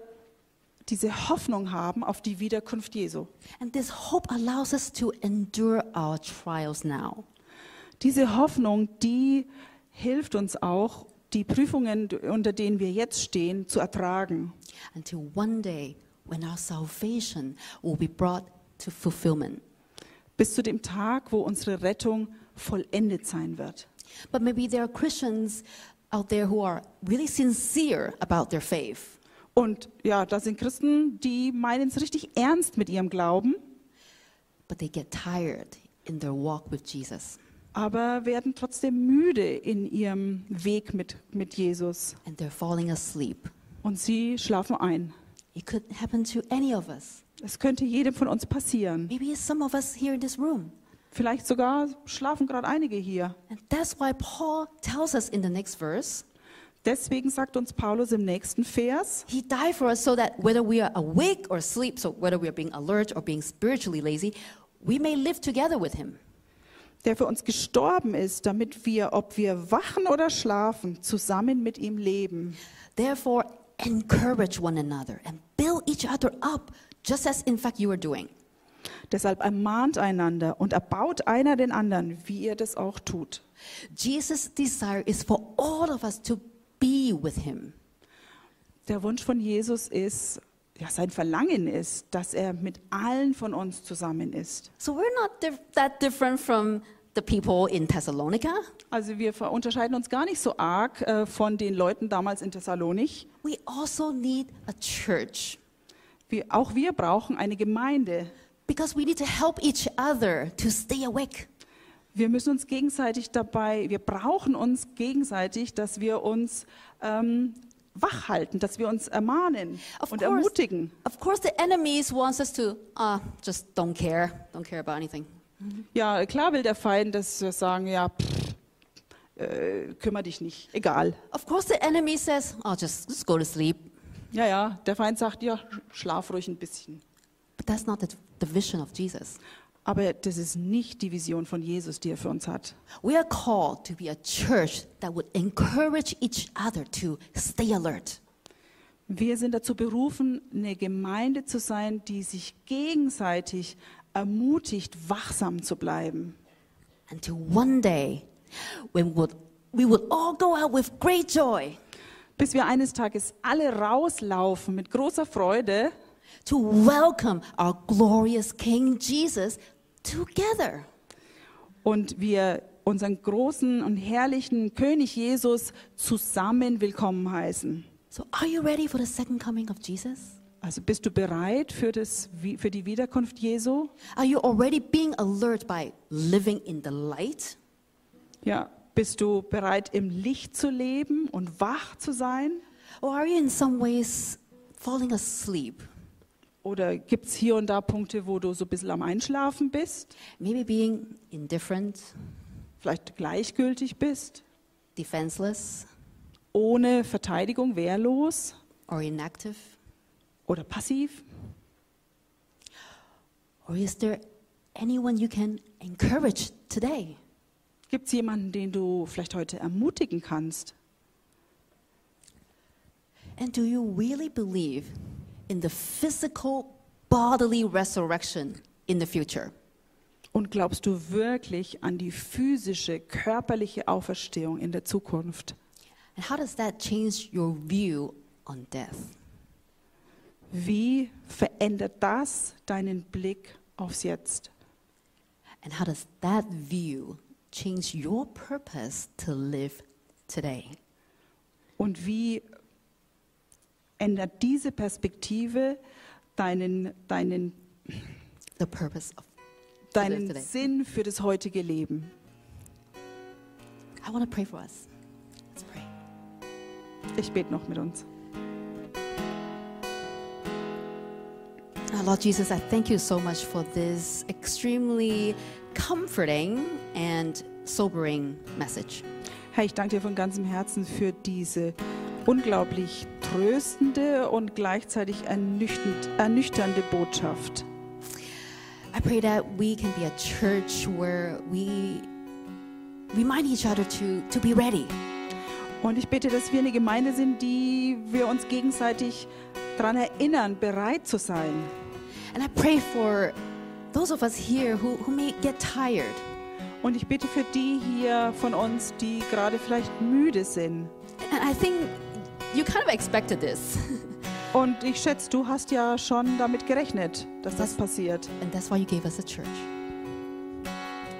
Speaker 2: diese Hoffnung haben auf die Wiederkunft Jesu.
Speaker 1: And this hope allows us to endure our trials now.
Speaker 2: Diese Hoffnung, die hilft uns auch, die Prüfungen, unter denen wir jetzt stehen, zu ertragen.
Speaker 1: until one day when our salvation will be brought to fulfillment.
Speaker 2: Bis zu dem Tag, wo unsere Rettung vollendet sein wird.
Speaker 1: But maybe there are Christians out there who are really sincere about their faith.
Speaker 2: Und ja, da sind Christen, die meinen es richtig ernst mit ihrem Glauben,
Speaker 1: But they get tired in their walk with Jesus.
Speaker 2: aber werden trotzdem müde in ihrem Weg mit, mit Jesus.
Speaker 1: And they're falling asleep.
Speaker 2: Und sie schlafen ein.
Speaker 1: It could happen to any of us.
Speaker 2: Es könnte jedem von uns passieren.
Speaker 1: Maybe it's some of us here in this room.
Speaker 2: Vielleicht sogar schlafen gerade einige hier.
Speaker 1: And that's why Paul tells us in the next verse
Speaker 2: Deswegen sagt uns Paulus im nächsten Vers,
Speaker 1: He died for us so that whether we are awake or asleep, so whether we are being alert or being spiritually lazy, we may live together with Him.
Speaker 2: der für uns gestorben ist, damit wir, ob wir wachen oder schlafen, zusammen mit ihm leben.
Speaker 1: Therefore, encourage one another and build each other up, just as in fact you are doing.
Speaker 2: Deshalb ermahnt einander und erbaut einer den anderen, wie ihr das auch tut.
Speaker 1: Jesus' desire is for all of us to be with him.
Speaker 2: Der Wunsch von Jesus ist, ja, sein Verlangen ist, dass er mit allen von uns zusammen ist.
Speaker 1: So we're not dif- that different from the people in Thessalonica.
Speaker 2: Also wir ver- unterscheiden uns gar nicht so arg äh, von den Leuten damals in Thessalonich.
Speaker 1: We also need a church
Speaker 2: Wir, auch wir brauchen eine Gemeinde.
Speaker 1: because we need to help each other to stay awake.
Speaker 2: Wir müssen uns gegenseitig dabei, wir brauchen uns gegenseitig, dass wir uns ähm, wach halten, dass wir uns ermahnen
Speaker 1: Of
Speaker 2: und
Speaker 1: course,
Speaker 2: ermutigen.
Speaker 1: Of course, the enemies wants us to uh, just don't care, don't care about anything.
Speaker 2: Ja, klar will der Feind, dass wir sagen, ja, pff, äh, kümmere dich nicht, egal.
Speaker 1: Of course, the enemy says, "Oh, just just go to sleep."
Speaker 2: Ja, ja, der Feind sagt, ja, schlaf ruhig ein bisschen.
Speaker 1: But that's not the, the vision of Jesus.
Speaker 2: Aber das ist nicht die Vision von Jesus, die er für uns hat.
Speaker 1: We are called to be a church that would encourage each other to stay alert.
Speaker 2: Wir sind dazu berufen, eine Gemeinde zu sein, die sich gegenseitig ermutigt, wachsam zu bleiben.
Speaker 1: Until one day, when we would, we would all go out with great joy
Speaker 2: Bis wir eines Tages alle rauslaufen mit großer Freude,
Speaker 1: to welcome our glorious King Jesus together.
Speaker 2: und wir unseren großen und herrlichen König Jesus zusammen willkommen heißen.
Speaker 1: So, are you ready for the second coming of Jesus?
Speaker 2: Also bist du bereit für, das, für die Wiederkunft Jesu?
Speaker 1: Are you already being alert by living in the light?
Speaker 2: Ja. Bist du bereit, im Licht zu leben und wach zu sein?
Speaker 1: Or are you in some ways falling asleep?
Speaker 2: Oder gibt es hier und da Punkte, wo du so ein bisschen am Einschlafen bist,
Speaker 1: Maybe being indifferent,
Speaker 2: vielleicht gleichgültig bist,
Speaker 1: defenseless,
Speaker 2: ohne Verteidigung, wehrlos
Speaker 1: or inactive?
Speaker 2: oder passiv?
Speaker 1: Or is there anyone you can encourage today?
Speaker 2: Gibt es jemanden, den du vielleicht heute ermutigen kannst?
Speaker 1: And do you really believe in the physical, bodily resurrection in the future?
Speaker 2: Und glaubst du wirklich an die physische, körperliche Auferstehung in der Zukunft?
Speaker 1: And how does that change your view on death?
Speaker 2: Wie verändert das deinen Blick aufs Jetzt?
Speaker 1: And how does that view change your purpose to live today?
Speaker 2: Und wie ändert diese Perspektive deinen, deinen,
Speaker 1: The purpose of
Speaker 2: deinen
Speaker 1: today.
Speaker 2: Sinn für das heutige Leben?
Speaker 1: I want to pray for us. Let's pray.
Speaker 2: Ich bete noch mit uns.
Speaker 1: Ah, Lord Jesus, I thank you so much for this extremely comforting and sobering message.
Speaker 2: Herr, ich danke dir von ganzem Herzen für diese unglaublich tröstende und gleichzeitig ernüchternd, ernüchternde Botschaft.
Speaker 1: I pray that we can be a church where we remind each other to, to be ready,
Speaker 2: Und ich bete, dass wir eine Gemeinde sind, die wir uns gegenseitig daran erinnern, bereit zu sein.
Speaker 1: And I pray for those of us here who, who may get tired.
Speaker 2: Und ich bete für die hier von uns, die gerade vielleicht müde sind.
Speaker 1: And I think you kind of expected this.
Speaker 2: Und ich schätze, du hast ja schon damit gerechnet, dass das
Speaker 1: Das-
Speaker 2: passiert.
Speaker 1: and that's why you gave us a church.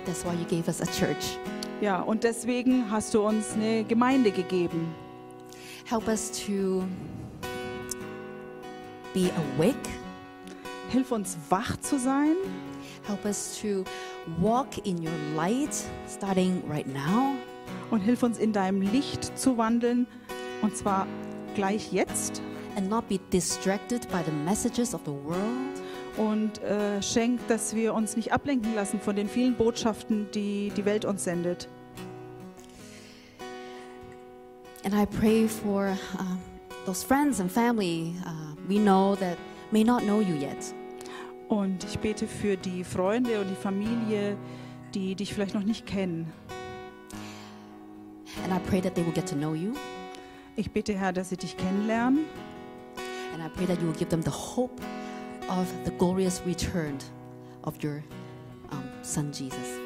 Speaker 1: That's why you gave us a church.
Speaker 2: Ja, und deswegen hast du uns eine Gemeinde gegeben.
Speaker 1: Help us to be awake.
Speaker 2: Hilf uns, wach zu sein.
Speaker 1: Help us to walk in your light starting right now.
Speaker 2: und hilf uns in deinem Licht zu wandeln und zwar gleich jetzt
Speaker 1: And not be distracted by the messages of the world.
Speaker 2: und äh, schenk, dass wir uns nicht ablenken lassen von den vielen Botschaften, die die Welt uns sendet.
Speaker 1: And I pray for um, those friends and family uh, we know that may not know you yet.
Speaker 2: Und ich bete für die Freunde und die Familie, die dich vielleicht noch nicht kennen.
Speaker 1: And I pray that they will get to know you.
Speaker 2: Ich bete, Herr, dass sie dich kennenlernen
Speaker 1: And I pray that you will give them the hope of the glorious return of your um, son Jesus.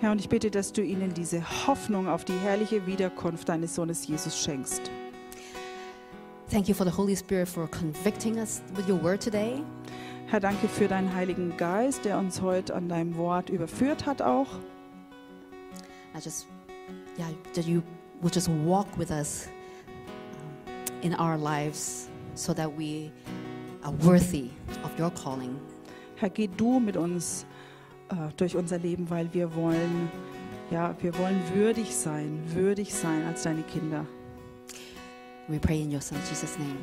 Speaker 2: Herr, und ich bete, dass du ihnen diese Hoffnung auf die herrliche Wiederkunft deines Sohnes Jesus schenkst.
Speaker 1: Thank you for the Holy Spirit for convicting us with your word today.
Speaker 2: Herr, danke für deinen Heiligen Geist, der uns heute an deinem Wort überführt hat auch.
Speaker 1: I just, yeah, that you will just walk with us um, in our lives so that we are worthy of your calling.
Speaker 2: Herr, geh du mit uns äh, durch unser Leben, weil wir wollen, ja, wir wollen würdig sein, würdig sein als deine Kinder.
Speaker 1: We pray in your son Jesus' name.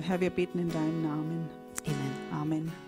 Speaker 2: Herr, wir beten in deinem Namen.
Speaker 1: Amen.
Speaker 2: Amen.